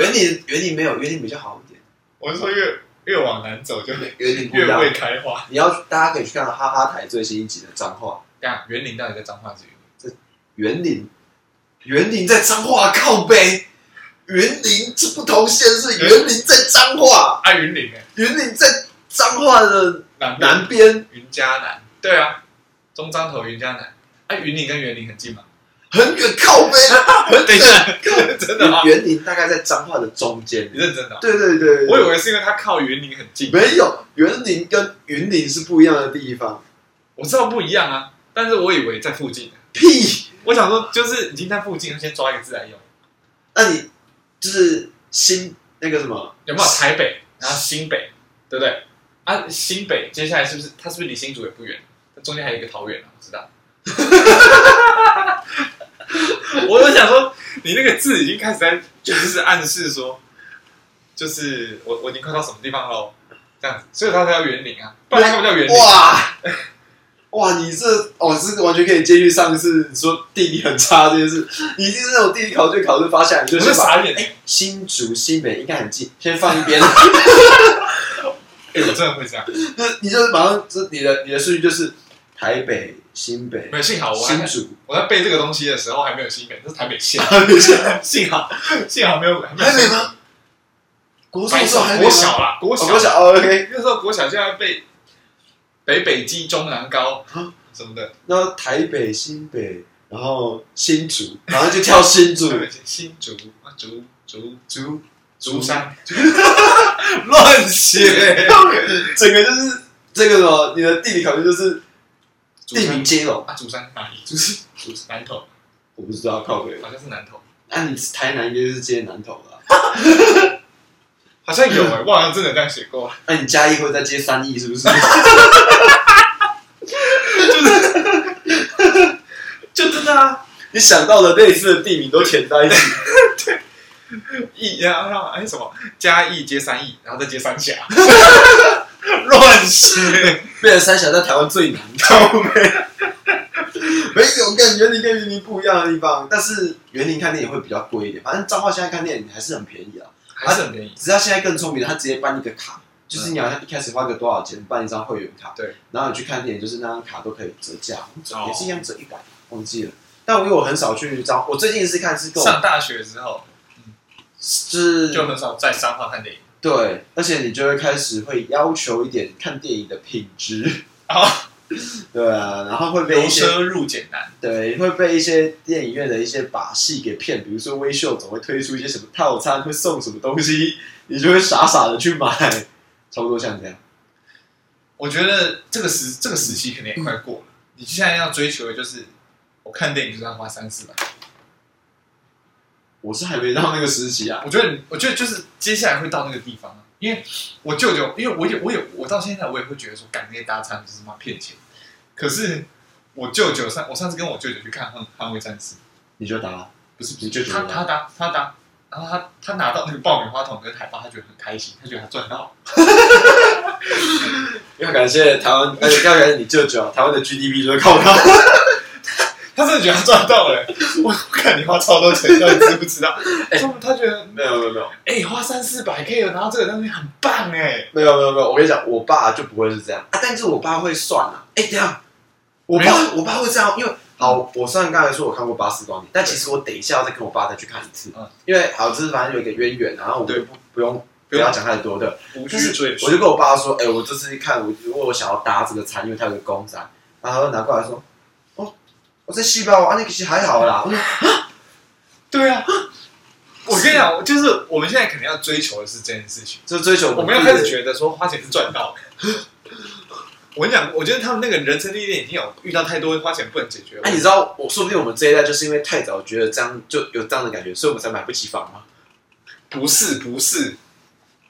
S2: 园林园林没有，园林比较好一点，
S1: 我是说越越往南走就
S2: 园林不一
S1: 越
S2: 样。
S1: 会开花。
S2: 你要大家可以去看哈哈台最新一集的脏话，
S1: 呀，园林到底在彰化是云林？
S2: 园林，园林在脏话靠背，园林这不同县市，园林在脏话。
S1: 啊，云林哎、
S2: 云林在彰化的
S1: 南部
S2: 南边
S1: 云嘉南，对啊，中彰头云嘉南。啊，云林跟园林很近吗？
S2: 很远靠北， 很
S1: 等一
S2: 远。
S1: 下，真的啊吗？
S2: 园林大概在彰化的中间
S1: 你。认真的哦、
S2: 对对对，对
S1: 我以为是因为它靠园林很近，
S2: 没有园林跟云林是不一样的地方。
S1: 我知道不一样啊，但是我以为在附近。
S2: 屁！
S1: 我想说，就是已经在附近，先抓一个字来用。
S2: 那你就是新那个什么？
S1: 有没有台北，然后新北，对不对？啊，新北接下来是不是它是不是离新竹也不远？它中间还有一个桃园啊，我知道。 我就想说，你那个字已经开始在就是暗示说，就是我我已经快到什么地方喽，这样子，所以它才叫园林啊，不然它不叫园林。
S2: 哇哇！你这哦，这完全可以接续上次你说地理很差这件事。你就是那种地理考卷考试发下来，你就
S1: 我是
S2: 先把
S1: 傻眼，哎、
S2: 新竹、新北应该很近，先放 一边。
S1: 哎我真的会这样。
S2: 就是你就是马上，就是你的你的顺序就是台北、新北
S1: 没、有，幸好我
S2: 新
S1: 还
S2: 竹，
S1: 我在背这个东西的时候还没有新北，这是台北县。
S2: 台北
S1: 幸好幸好没有还没有
S2: 台北吗？国中
S1: 白
S2: 的时
S1: 手
S2: 候还没
S1: 国
S2: 吗
S1: 小啦，国
S2: 哦
S1: 小哎
S2: 国小哦，OK。
S1: 那时候国小现在被北北基中南高
S2: 啊
S1: 什么的，
S2: 然后台北、新北，然后新竹，然后就跳新竹，
S1: 新竹啊竹竹
S2: 竹
S1: 竹山，
S2: 乱写，整个就是这个什么，你的地理考虑就是
S1: 竹
S2: 地名
S1: 山
S2: 接龙，
S1: 啊竹山哪里？竹山竹山南投，
S2: 我不知道靠北。
S1: 好像是南投，
S2: 那你台南应该就是接南投了，
S1: 好像 有哎，我好像真的这样写过，
S2: 那你嘉义会再接三义是不是？
S1: 就真的啊，
S2: 你想到的类似的地名都填在一起，
S1: 义然后然后哎什么嘉义接三义，然后再接三峡， 乱写，
S2: 变成三峡在台湾 最难靠北。没有，我感觉你跟云林不一样的地方，但是园林看电影会比较贵一点。反正彰化现在看电影还是很便宜啊，
S1: 还是很便宜，
S2: 只要现在更聪明了，他直接办一个卡，就是你好像一开始花个多少钱办一张会员卡，
S1: 对，
S2: 然后你去看电影，就是那张卡都可以折价，
S1: 哦
S2: 也是一样折一百，忘记了。但我因为我很少去彰，我最近一次看是跟我
S1: 上大学之后
S2: 是
S1: 就很少在彰化看电影。
S2: 对，而且你就会开始会要求一点看电影的品质，
S1: 啊，
S2: 对啊，然后会被
S1: 由
S2: 一些
S1: 奢入俭难，
S2: 对会被一些电影院的一些把戏给骗，比如说微秀总会推出一些什么套餐，会送什么东西，你就会傻傻的去买，差不多像这样。
S1: 我觉得这个时这个时期肯定也快过了。你现在要追求的就是，我看电影就是要花三四百。
S2: 我是还没到那个时期啊。
S1: 我觉得你，我觉得就是接下来会到那个地方啊，因为我舅舅，因为我也我也我到现在我也会觉得说，干那些大餐就是妈骗钱。可是我舅舅上，我上次跟我舅舅去看《捍捍卫战士》，
S2: 你就打，
S1: 不是不，
S2: 你就是觉
S1: 他
S2: 得
S1: 他搭他搭，然后他他拿到那个爆米花筒跟海报，他觉得很开心，他觉得他赚到。
S2: 要感谢台湾，呃，要感谢你舅舅，台湾的 GDP 就是靠他。
S1: 他真的觉得他赚到了、欸 我我看你花超多钱，到底知不知 道？他他觉得
S2: 没有没有没有
S1: 哎、花三四百 K 拿到这个东西很棒哎、
S2: 没有没有没有，我跟你讲，我爸就不会是这样啊，但是我爸会算啊。哎、等一下，我
S1: 没
S2: 爸
S1: 有
S2: 我爸会这样，因为好，我虽然刚才说我看过《巴斯光年》，但其实我等一下要再跟我爸再去看一次，
S1: 嗯
S2: 因为好，这是反正有一个渊源，然后我们
S1: 对
S2: 就不不用不
S1: 不用
S2: 要讲太多的。
S1: 无
S2: 但是
S1: 需追
S2: 我就跟我爸说，哎、我这次看，我如果我想要搭这个餐，因为它有个公仔，然后他就拿过来说，哦，我在西包啊，那个其实还好啦。我说
S1: 对啊，我跟你讲，就是我们现在肯定要追求的是这件事情，
S2: 就追求
S1: 我们要开始觉得说花钱是赚到的。 我跟你讲，我觉得他们那个人生历练已经有遇到太多花钱不能解决的
S2: 哎、
S1: 问
S2: 你
S1: 题。
S2: 知道，我说不定我们这一代就是因为太早觉得这样就有这样的感觉，所以我们才买不起房嘛。
S1: 不是不是，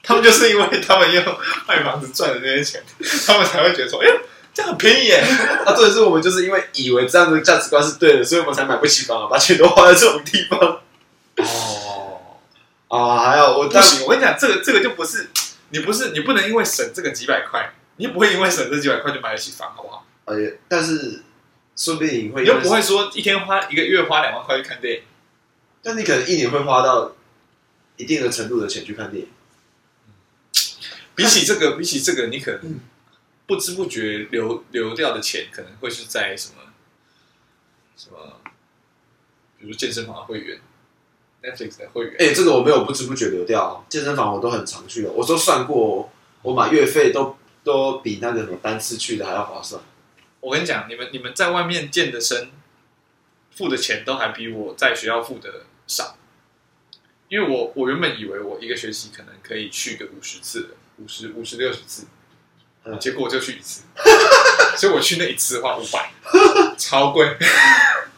S1: 他们就是因为他们用卖房子赚的这些钱，他们才会觉得说，哎、呦，这样很便宜耶。
S2: 啊，对，是我们就是因为以为这样的价值观是对的，所以我们才买不起房啊，把钱都花在这种地方
S1: 哦，
S2: 啊。还有我
S1: 不
S2: 但
S1: 行，我跟你讲，这个这个就不是，你不是你不能因为省这个几百块，你不会因为省这几百块就买得起房，好不好？
S2: 呃，但是说不定你会
S1: 你又不会，说一天花一个月花两万块去看电影，
S2: 但你可能一年会花到一定的程度的钱去看电影。
S1: 比起这个，比起这个，你可能
S2: 嗯
S1: 不知不觉流流掉的钱，可能会是在什么什么，比如说健身房的会员、Netflix 的会员，
S2: 哎、这个我没有不知不觉流掉、哦，健身房我都很常去的，我都算过哦、我买月费都都比那个什么单次去的还要划算。
S1: 我跟你讲，你们你们在外面健的身，付的钱都还比我在学校付的少，因为我我原本以为我一个学期可能可以去个五十次，五十五十六十次，
S2: 嗯
S1: 结果我就去一次， 所以我去那一次花五百，超 贵，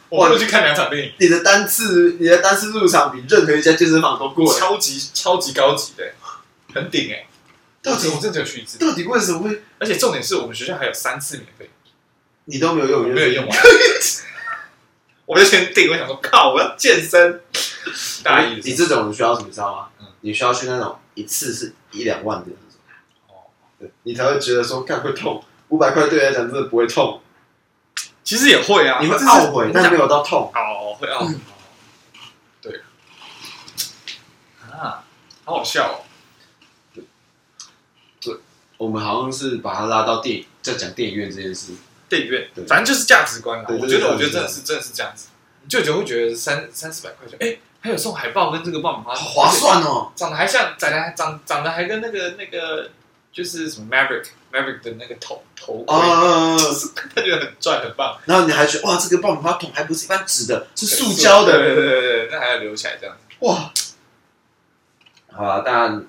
S1: 我不如去看两场电影，
S2: 你的单次，你的单次入场比任何一家健身房都贵。
S1: 超级超级高级的，很顶哎、
S2: 到
S1: 我
S2: 底
S1: 真我真的只有去一次，
S2: 到底为什么会
S1: 而且重点是我们学校还有三次免费，
S2: 你都没有用？
S1: 我没有用完。啊 我就先定，我想说，靠，我要健身。大一的时
S2: 你
S1: 候
S2: 这种需要什么，你知道吗？
S1: 嗯
S2: 你需要去那种一次是一两万的那种，
S1: 哦
S2: 对，你才会觉得说干会痛，五百块对你来讲真的不会痛，
S1: 其实也会啊，
S2: 你会
S1: 这是
S2: 懊悔，但没
S1: 我
S2: 有嗯到痛。
S1: 讲哦，会懊悔，对啊，好好笑哦。
S2: 我们好像是把它拉到电影，在讲电影院这件事。
S1: 电影院
S2: 对，
S1: 反正就是价值观啦。
S2: 对
S1: 我觉
S2: 这
S1: 得，
S2: 是
S1: 我觉得真
S2: 价值观
S1: 的是真的是这样子。舅舅会觉得三三四百块钱，哎、还有送海报跟这个爆米花，
S2: 好划算哦！
S1: 长得还像长得还长长得还跟那个那个就是什么 Maverick Maverick 的那个头头盔，
S2: 啊，
S1: 他觉得很赚很棒，
S2: 然后你还觉得哇，这个爆米花桶还不是一般纸的，是塑胶的，
S1: 对对对对，那还要留起来这样子。
S2: 哇！好啊，但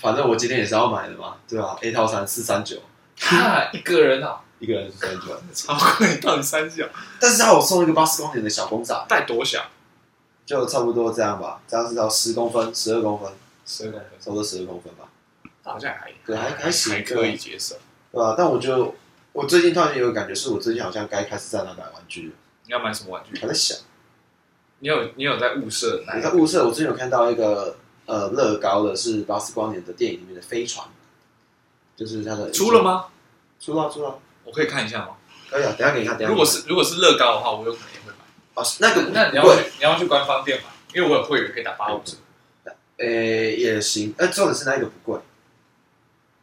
S2: 反正我今天也是要买的嘛，对吧、a 套餐四三九，
S1: 啊，一个人啊，
S2: 一个人四三九，
S1: 超贵，到底三小，
S2: 但是他有送一个八十公里的小公仔，
S1: 带多小？
S2: 就差不多这样吧，这样是到十公分、十二公分，
S1: 十二公分，
S2: 差不多十二公分吧，
S1: 那好像还
S2: 对还还行
S1: 还可以接受。
S2: 对吧、但我就我最近突然有个感觉，是我最近好像该开始在哪买玩具了，
S1: 你要买什么玩具
S2: 还？在想。
S1: 你有你有在物色哪
S2: 你
S1: 一
S2: 看
S1: 个？
S2: 物色，我最近有看到一个呃乐高的，是巴斯光年的电影里面的飞船，就是它的
S1: 出了？吗？
S2: 出了出了，
S1: 我可以看一下吗？
S2: 可以啊，等一下给你看，等一下给你看。
S1: 如果是如果是乐高的话，我有可能也会买。
S2: 哦那个
S1: 那你要
S2: 对，
S1: 去你要去官方店买，因为我有会员可以打八五折，
S2: 诶呃也行，呃重点是那一个不贵，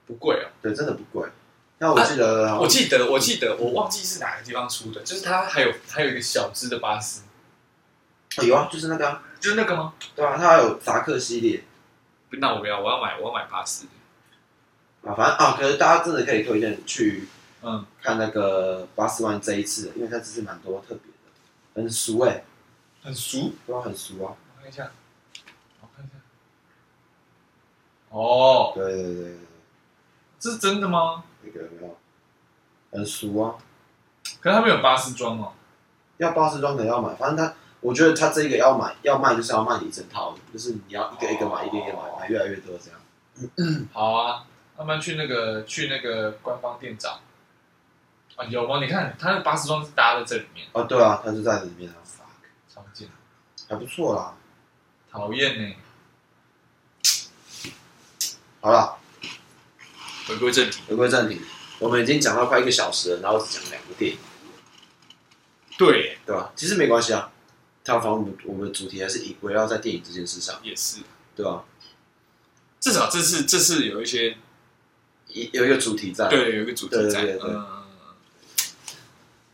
S1: 不贵哦。
S2: 对，真的不贵。那我记得好像
S1: 啊我记得，我记得，我忘记是哪个地方出的，就是它还有还有一个小只的巴斯，
S2: 哦有啊，就是那个啊，
S1: 就是那个吗？
S2: 对啊，它还有达克系列
S1: 那我不要，我要买，我要买巴斯。
S2: 啊，反正啊，可是大家真的可以推荐去
S1: 嗯，
S2: 看那个巴斯光年这一次的，因为它这次蛮多特别的，很熟哎、欸，
S1: 很熟，
S2: 对啊，很熟啊，
S1: 我看一下，我看一下。哦，
S2: 对对对对对。
S1: 这是真的吗？
S2: 那个没有，很熟啊。
S1: 可是它没有巴斯装哦。
S2: 要八十装的要买，反正他，我觉得他这个要买要卖就是要卖你一整套，就是你要一个一个买，一个一个买，买越来越多这样。
S1: 好啊，慢慢去那个去那个官方店找。啊，有吗？你看它的巴斯装是搭在这里面
S2: 哦，对啊，他就在里面啊，
S1: ，fuck，超贱，
S2: 还不错啦。
S1: 讨厌呢。
S2: 好啦，
S1: 回归正题，
S2: 回归正题，我们已经讲到快一个小时了，然后只讲两部电影，
S1: 对，
S2: 对吧？其实没关系啊，它反正我们我们的主题还是以围绕在电影这件事上，
S1: 也是，
S2: 对吧？
S1: 至少这次这次有一些
S2: 一有一个主题在，，
S1: 对，有一个主题在。
S2: 对对对对
S1: 嗯，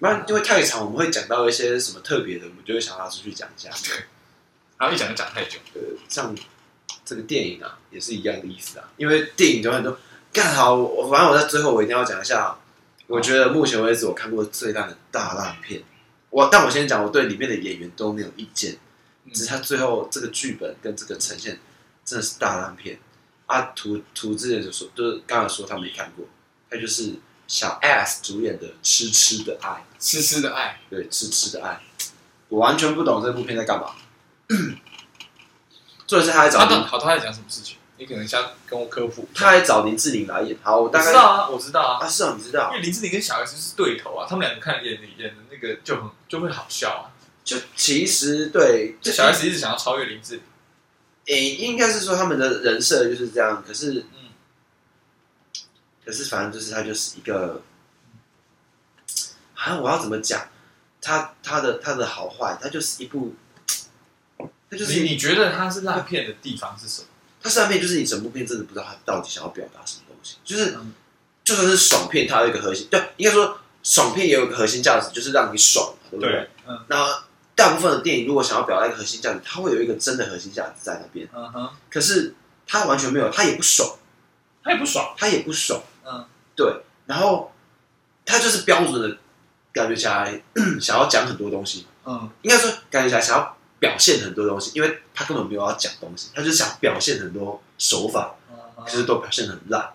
S2: 那因为太长，我们会讲到一些什么特别的，我们就会想拿出去讲一下。
S1: 然后一讲就讲太久。
S2: 呃，像这个电影啊，也是一样的意思啊。因为电影有很多，干好，我反正我在最后我一定要讲一下，我觉得目前为止我看过最烂的大烂片。我但我先讲，我对里面的演员都没有意见，
S1: 嗯
S2: 只是他最后这个剧本跟这个呈现真的是大烂片。啊，图图之前就说，就是刚才说他没看过，他就是小 S 主演的《痴痴的爱》。
S1: 痴痴的爱，
S2: 对，痴痴的爱，我完全不懂这部片在干嘛。重点是他还找
S1: 啊他
S2: 林，
S1: 到好，他在讲什么事情？你可能想跟我科普。
S2: 他还找林志玲来演。好，我
S1: 我
S2: 大概
S1: 知道啊，我知道啊，
S2: 啊，是啊，你知道
S1: 因，为林志玲跟小 S 是对头啊，他们两个看演演的那个就很就会好笑啊。
S2: 就其实对，
S1: 就
S2: 就
S1: 小 S 一直想要超越林志玲，
S2: 诶，应该是说他们的人设就是这样。可是，
S1: 嗯
S2: 可是反正就是他就是一个，啊，我要怎么讲？他他的他的好坏，他就是一部，他就
S1: 你
S2: 是
S1: 你觉得他是烂片的地方是什么？
S2: 他上面就是你整部片真的不知道他到底想要表达什么东西，就是、
S1: 嗯
S2: 就算是爽片，它有一个核心，对，应该说爽片也有一个核心价值，就是让你爽嘛，对不对？，
S1: 嗯
S2: 那大部分的电影如果想要表达一个核心价值，它会有一个真的核心价值在那边，
S1: 嗯哼，
S2: 可是它完全没有，它也不爽，
S1: 他也不爽，
S2: 它也不爽，
S1: 嗯，
S2: 对，然后它就是标准的感觉起来想要讲很多东西，
S1: 嗯
S2: 应该说感觉起来想要表现很多东西，因为他根本没有要讲东西，他就是想表现很多手法。
S1: 嗯
S2: 其实
S1: 哼，
S2: 都表现得很烂。嗯
S1: 啊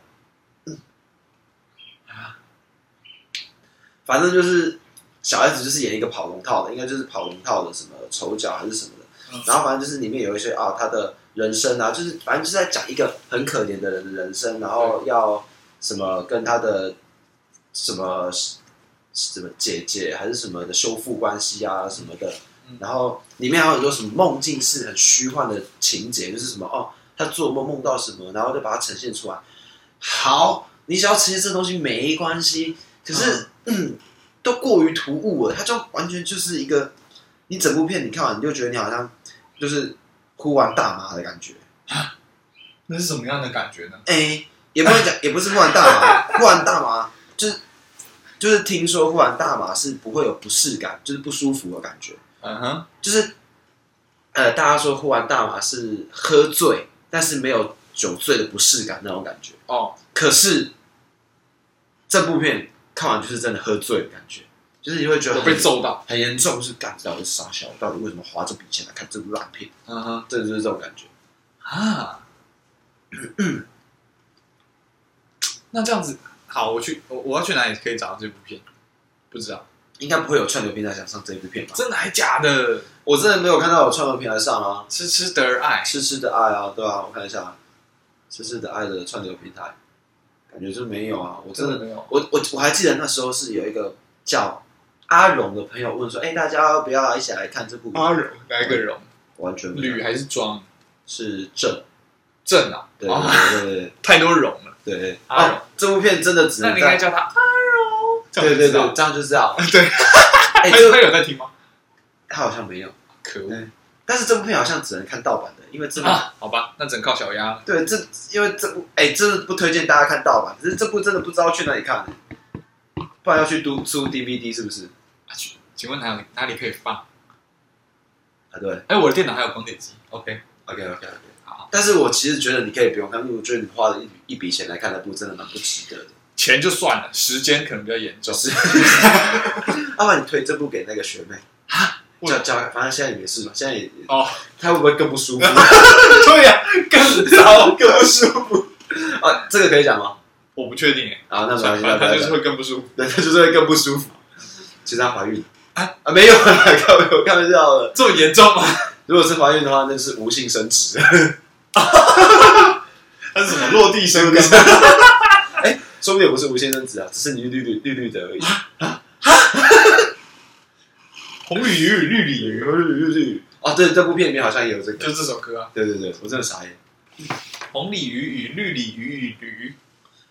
S2: 反正就是小 S 就是演一个跑龙套的，应该就是跑龙套的什么丑角还是什么的
S1: 嗯。
S2: 然后反正就是里面有一些啊，他的人生啊，就是反正就是在讲一个很可怜的人的人生，然后要什么跟他的什么什么姐姐还是什么的修复关系啊什么的
S1: 嗯。
S2: 然后里面还有很多什么梦境式很虚幻的情节，就是什么哦，他做梦梦到什么，然后就把它呈现出来。好，你想要呈现这东西没关系，可是嗯，都过于突兀了，它就完全就是一个，你整部片你看完你就觉得你好像就是呼完大麻的感觉，
S1: 那是什么样的感觉呢？
S2: 哎、也不能讲，也不是呼完大麻，呼完大麻就是就是听说呼完大麻是不会有不适感，就是不舒服的感觉，
S1: 嗯哼，
S2: 就是呃，大家说呼完大麻是喝醉，但是没有酒醉的不适感那种感觉。
S1: 哦，
S2: 可是这部片看完就是真的喝醉的感觉，就是你会觉得
S1: 我
S2: 很
S1: 被揍到，
S2: 很严重，就是干到底傻笑，我到底为什么花这笔钱来看这部烂片？
S1: 嗯哼，
S2: 真的就是这种感觉。
S1: 啊，那这样子，好，我去，我我要去哪里可以找到这部片？不知道，
S2: 应该不会有串流平台想上这部片吧？
S1: 真的还假的？
S2: 我真的没有看到有串流平台上啊，
S1: 痴痴的爱，
S2: 痴痴的爱啊，对啊，我看一下啊，痴痴的爱的串流平台，感觉就没有啊，我真的
S1: 没有，
S2: 我我我还记得那时候是有一个叫阿荣的朋友问说，哎、大家要不要一起来看这部？
S1: 荣，哪一个荣？
S2: 完全没有
S1: 吕还是庄？
S2: 是正，
S1: 正啊，
S2: 对
S1: 哦
S2: 对对对
S1: 太多荣了，
S2: 对对。
S1: 阿
S2: 哦
S1: 荣，
S2: 这部片真的只
S1: 那
S2: 能
S1: 你应该
S2: 在
S1: 叫他阿荣，这样
S2: 对
S1: 就
S2: 对
S1: 知
S2: 对，
S1: 道，
S2: 这样就知道。
S1: 对，
S2: 哎，
S1: 他
S2: 这
S1: 他有在听吗？啊
S2: 他好像没有，
S1: 可恶
S2: 对但是这部片好像只能看盗版的，因为这部
S1: 啊，好吧，那只能靠小鸭了。
S2: 对这因为这部哎，这不推荐大家看盗版，可是这部真的不知道去哪里看，不然要去租租 DVD 是不是？
S1: 啊请请问哪里哪里可以放？
S2: 啊，对
S1: 哎，我的电脑还有光碟机，OK，
S2: ，OK OK OK，
S1: 好。
S2: 但是我其实觉得你可以不用看，因为我觉得你花了一笔一笔钱来看那部真的蛮不值得的。
S1: 钱就算了，时间可能比较严重。
S2: 是，要不然你推这部给那个学妹，
S1: 啊
S2: 叫叫，反正现在也没事嘛，现在也
S1: 哦，
S2: 她会不会更不舒服？
S1: 对呀，更糟，
S2: 更不舒服 啊？这个可以讲吗？
S1: 我不确定哎，
S2: 啊，那没
S1: 反正
S2: 关系，那不
S1: 他
S2: 要
S1: 就是
S2: 讲，
S1: 会更不舒服。
S2: 对，她就是会更不舒服。其实她怀孕了啊啊，没有啦，开玩我开玩笑的。
S1: 这么严重吗？
S2: 如果是怀孕的话，那是无性生殖。
S1: 他是什么 落地生根吗？
S2: 哎，说不定也不是无性生殖啊，只是你绿绿绿绿的而已。
S1: 啊红鲤鱼与绿鲤鱼，
S2: 绿绿绿哦，对，这部片里面好像也有 这
S1: 就
S2: 个。
S1: 这首歌啊，
S2: 对对对，我真的傻眼。
S1: 红鲤鱼与绿鲤鱼与驴，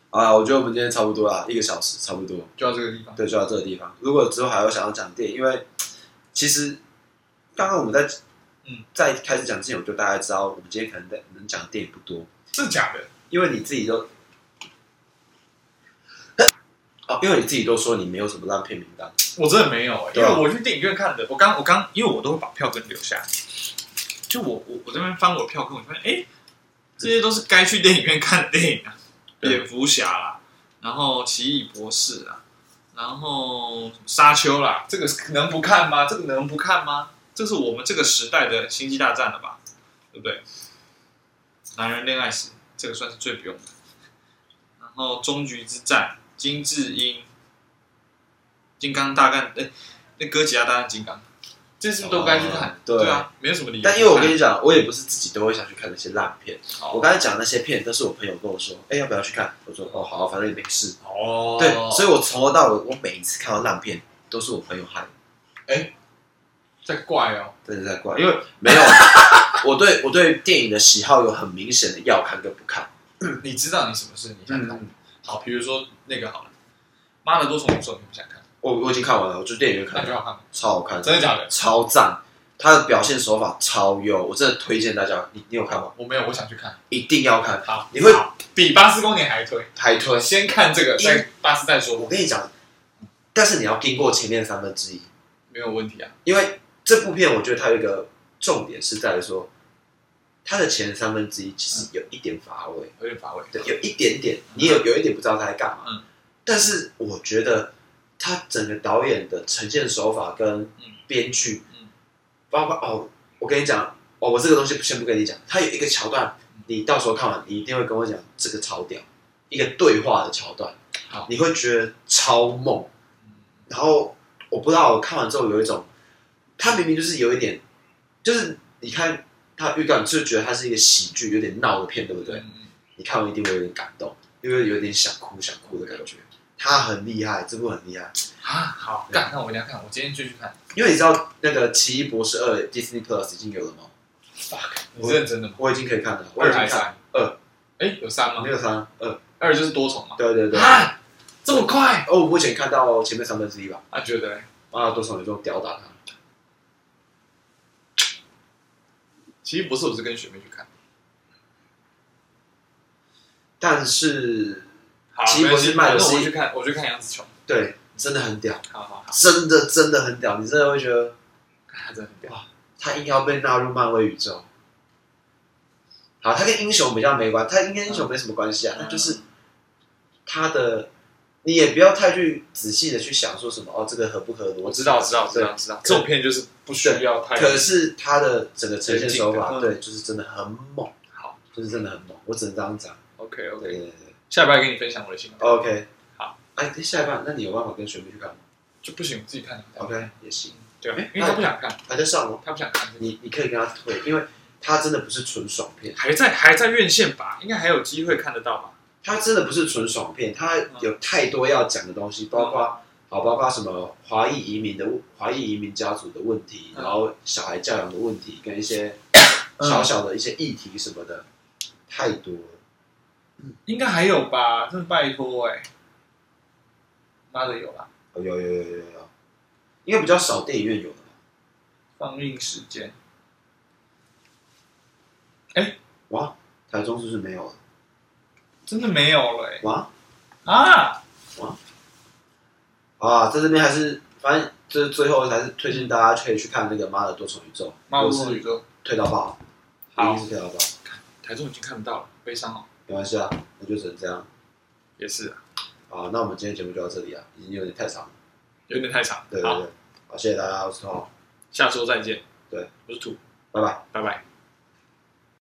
S2: 啊，我觉得我们今天差不多啦，一个小时差不多。
S1: 就到这个地方。
S2: 对，就到这个地方。如果之后还有想要讲电影，因为其实刚刚我们在
S1: 嗯
S2: 在开始讲之前，我就大概知道我们今天可能在能讲电影不多，
S1: 真的假的？
S2: 因为你自己都哦，因为你自己都说你没有什么烂片名单，
S1: 我真的没有、欸，因
S2: 对
S1: 为
S2: 啊
S1: 我去电影院看的。我刚我刚，因为我都会把票根留下来，就我我我这边翻我的票根，我就发现，哎、这些都是该去电影院看的电影啊，
S2: 对
S1: 蝙蝠侠啦，然后奇异博士啦，然后什么沙丘啦，这个能不看吗？这个能不看吗？这是我们这个时代的星际大战了吧，对不对？男人恋爱时，这个算是最不用的。然后终局之战，金智英，金刚大战，哎，那哥吉拉大战金刚，这是不是都该去看？
S2: 哦对
S1: 啊，没有什么理由。
S2: 但因为我跟你
S1: 你，
S2: 讲，我也不是自己都会想去看那些烂片。
S1: 哦
S2: 我刚才讲那些片都是我朋友跟我说，哎、要不要去看？我说哦，好啊、反正也没事。
S1: 哦，
S2: 对，所以我从头到尾，我每一次看到烂片都是我朋友害的。
S1: 在怪哦，
S2: 真的在怪，因为没有 我对我对电影的喜好有很明显的要看跟不看。
S1: 你知道你什么事你想看？
S2: 嗯
S1: 好，比如说那个好了，妈的多重宇宙，你不想看？
S2: 我我已经看完了，我去电影院
S1: 那
S2: 看
S1: 你就
S2: 了，
S1: 要看吧，
S2: 超好看，
S1: 真的假的？
S2: 超赞。他的表现手法超优，我真的推荐大家。你你有看吗？
S1: 我没有，我想去看。
S2: 一定要看，
S1: 好，
S2: 你会
S1: 好比巴斯光年还推，
S2: 排推。
S1: 先看这个，
S2: 一
S1: 再巴斯再说
S2: 我，跟你讲，但是你要经过前面三分之一，
S1: 没有问题啊。
S2: 因为这部片我觉得它有一个重点是在于说，它的前三分之一其实有一点乏味。
S1: 有点乏味。
S2: 对，有一点点，你有有一点不知道他在干嘛。
S1: 嗯
S2: 但是我觉得他整个导演的呈现手法跟编剧，
S1: 嗯
S2: 包括哦，我跟你讲，哦，我这个东西先不跟你讲，他有一个桥段，
S1: 嗯
S2: 你到时候看完，你一定会跟我讲这个超屌，一个对话的桥段
S1: 好，
S2: 你会觉得超猛。
S1: 嗯
S2: 然后我不知道，我看完之后有一种，他明明就是有一点，就是你看他预告，你就觉得它是一个喜剧，有点闹的片，对不对？
S1: 嗯嗯
S2: 你看完一定会有点感动，因为有点想哭想哭的感觉。他很厉害，这部很厉害，
S1: 啊，好，干，那我一定要看，我今天就去看。
S2: 因为你知道那个《奇异博士二》Disney Plus 已经有了吗？
S1: fuck，你
S2: 我
S1: 是认真的吗？
S2: 我已经可以看了，我已
S1: 二
S2: 经
S1: 还是
S2: 看
S1: 三？
S2: 二，
S1: 哎，有三吗
S2: 没？有三二，
S1: 二就是多重嘛。
S2: 对对对。哦，
S1: 啊，这么快？
S2: 我目前看到前面三分之一吧，
S1: 啊，觉得嘞
S2: 啊，多少有这种吊打他，
S1: 其实不是，我是跟学妹去看。
S2: 但是
S1: 好，
S2: 奇异博士
S1: 没关
S2: 卖
S1: 系反正我去
S2: 的是
S1: 看，我去看杨紫琼。
S2: 对，真的很屌，
S1: 好好好，
S2: 真的真的很屌，你真的会觉得
S1: 他真的很屌。
S2: 他应该要被纳入漫威宇宙。好，他跟英雄比较没关，他应该英雄没什么关系啊，那就是他的，你也不要太去仔细的去想说什么哦，这个合不合逻辑？
S1: 我知道，知道，知道，知道。这种片就是不需要太
S2: 可是他的整个呈现手
S1: 前
S2: 法，
S1: 景的
S2: 对，就是真的很猛，
S1: 好，
S2: 就是真的很猛，我只能这样讲。
S1: OK
S2: 对
S1: OK。
S2: 对对对
S1: 下礼拜给你分享我的心得，
S2: ，OK，
S1: 好。
S2: 哎，那下一半，那你有办法跟学妹去看吗
S1: 就不行，我自己看。
S2: ？OK，也行，
S1: 对啊，因为他不想看，
S2: 还在上哦。
S1: 他不想看这个，
S2: 你你可以跟他退，因为他真的不是纯爽片，
S1: 还在还在院线吧？应该还有机会看得到吧？
S2: 他真的不是纯爽
S1: 嗯
S2: 片，他有太多要讲的东西，包括好，包括什么华裔移民的华裔移民家族的问题，
S1: 嗯
S2: 然后小孩教养的问题，跟一些
S1: 嗯
S2: 小小的一些议题什么的，太多了。
S1: 应该还有吧？真的拜托哎、妈的有啦！
S2: 哦有有有有有有，因为比较少电影院有的嘛。
S1: 放映时间
S2: 哇，台中是不是没有了？啊
S1: 真的没有了哎、
S2: 哇
S1: 啊！
S2: 啊，在这边还是反正就是最后还是推荐大家可以去看那个《妈的多重宇宙》，
S1: 妈
S2: 我
S1: 我
S2: 是
S1: 宇宙，
S2: 退到爆，
S1: 好
S2: 一定是退到爆，
S1: 台中已经看不到了，悲伤哦。
S2: 没关系啊，那就只能这样
S1: 也是啊，
S2: 啊。那我们今天节目就到这里啊，已经有点太长了。
S1: 有点太长。
S2: 对对
S1: 好，
S2: 对，好，谢谢大家，我是 Tom，
S1: 下周再见。
S2: 对，
S1: 我是土，
S2: 拜拜。
S1: 拜拜。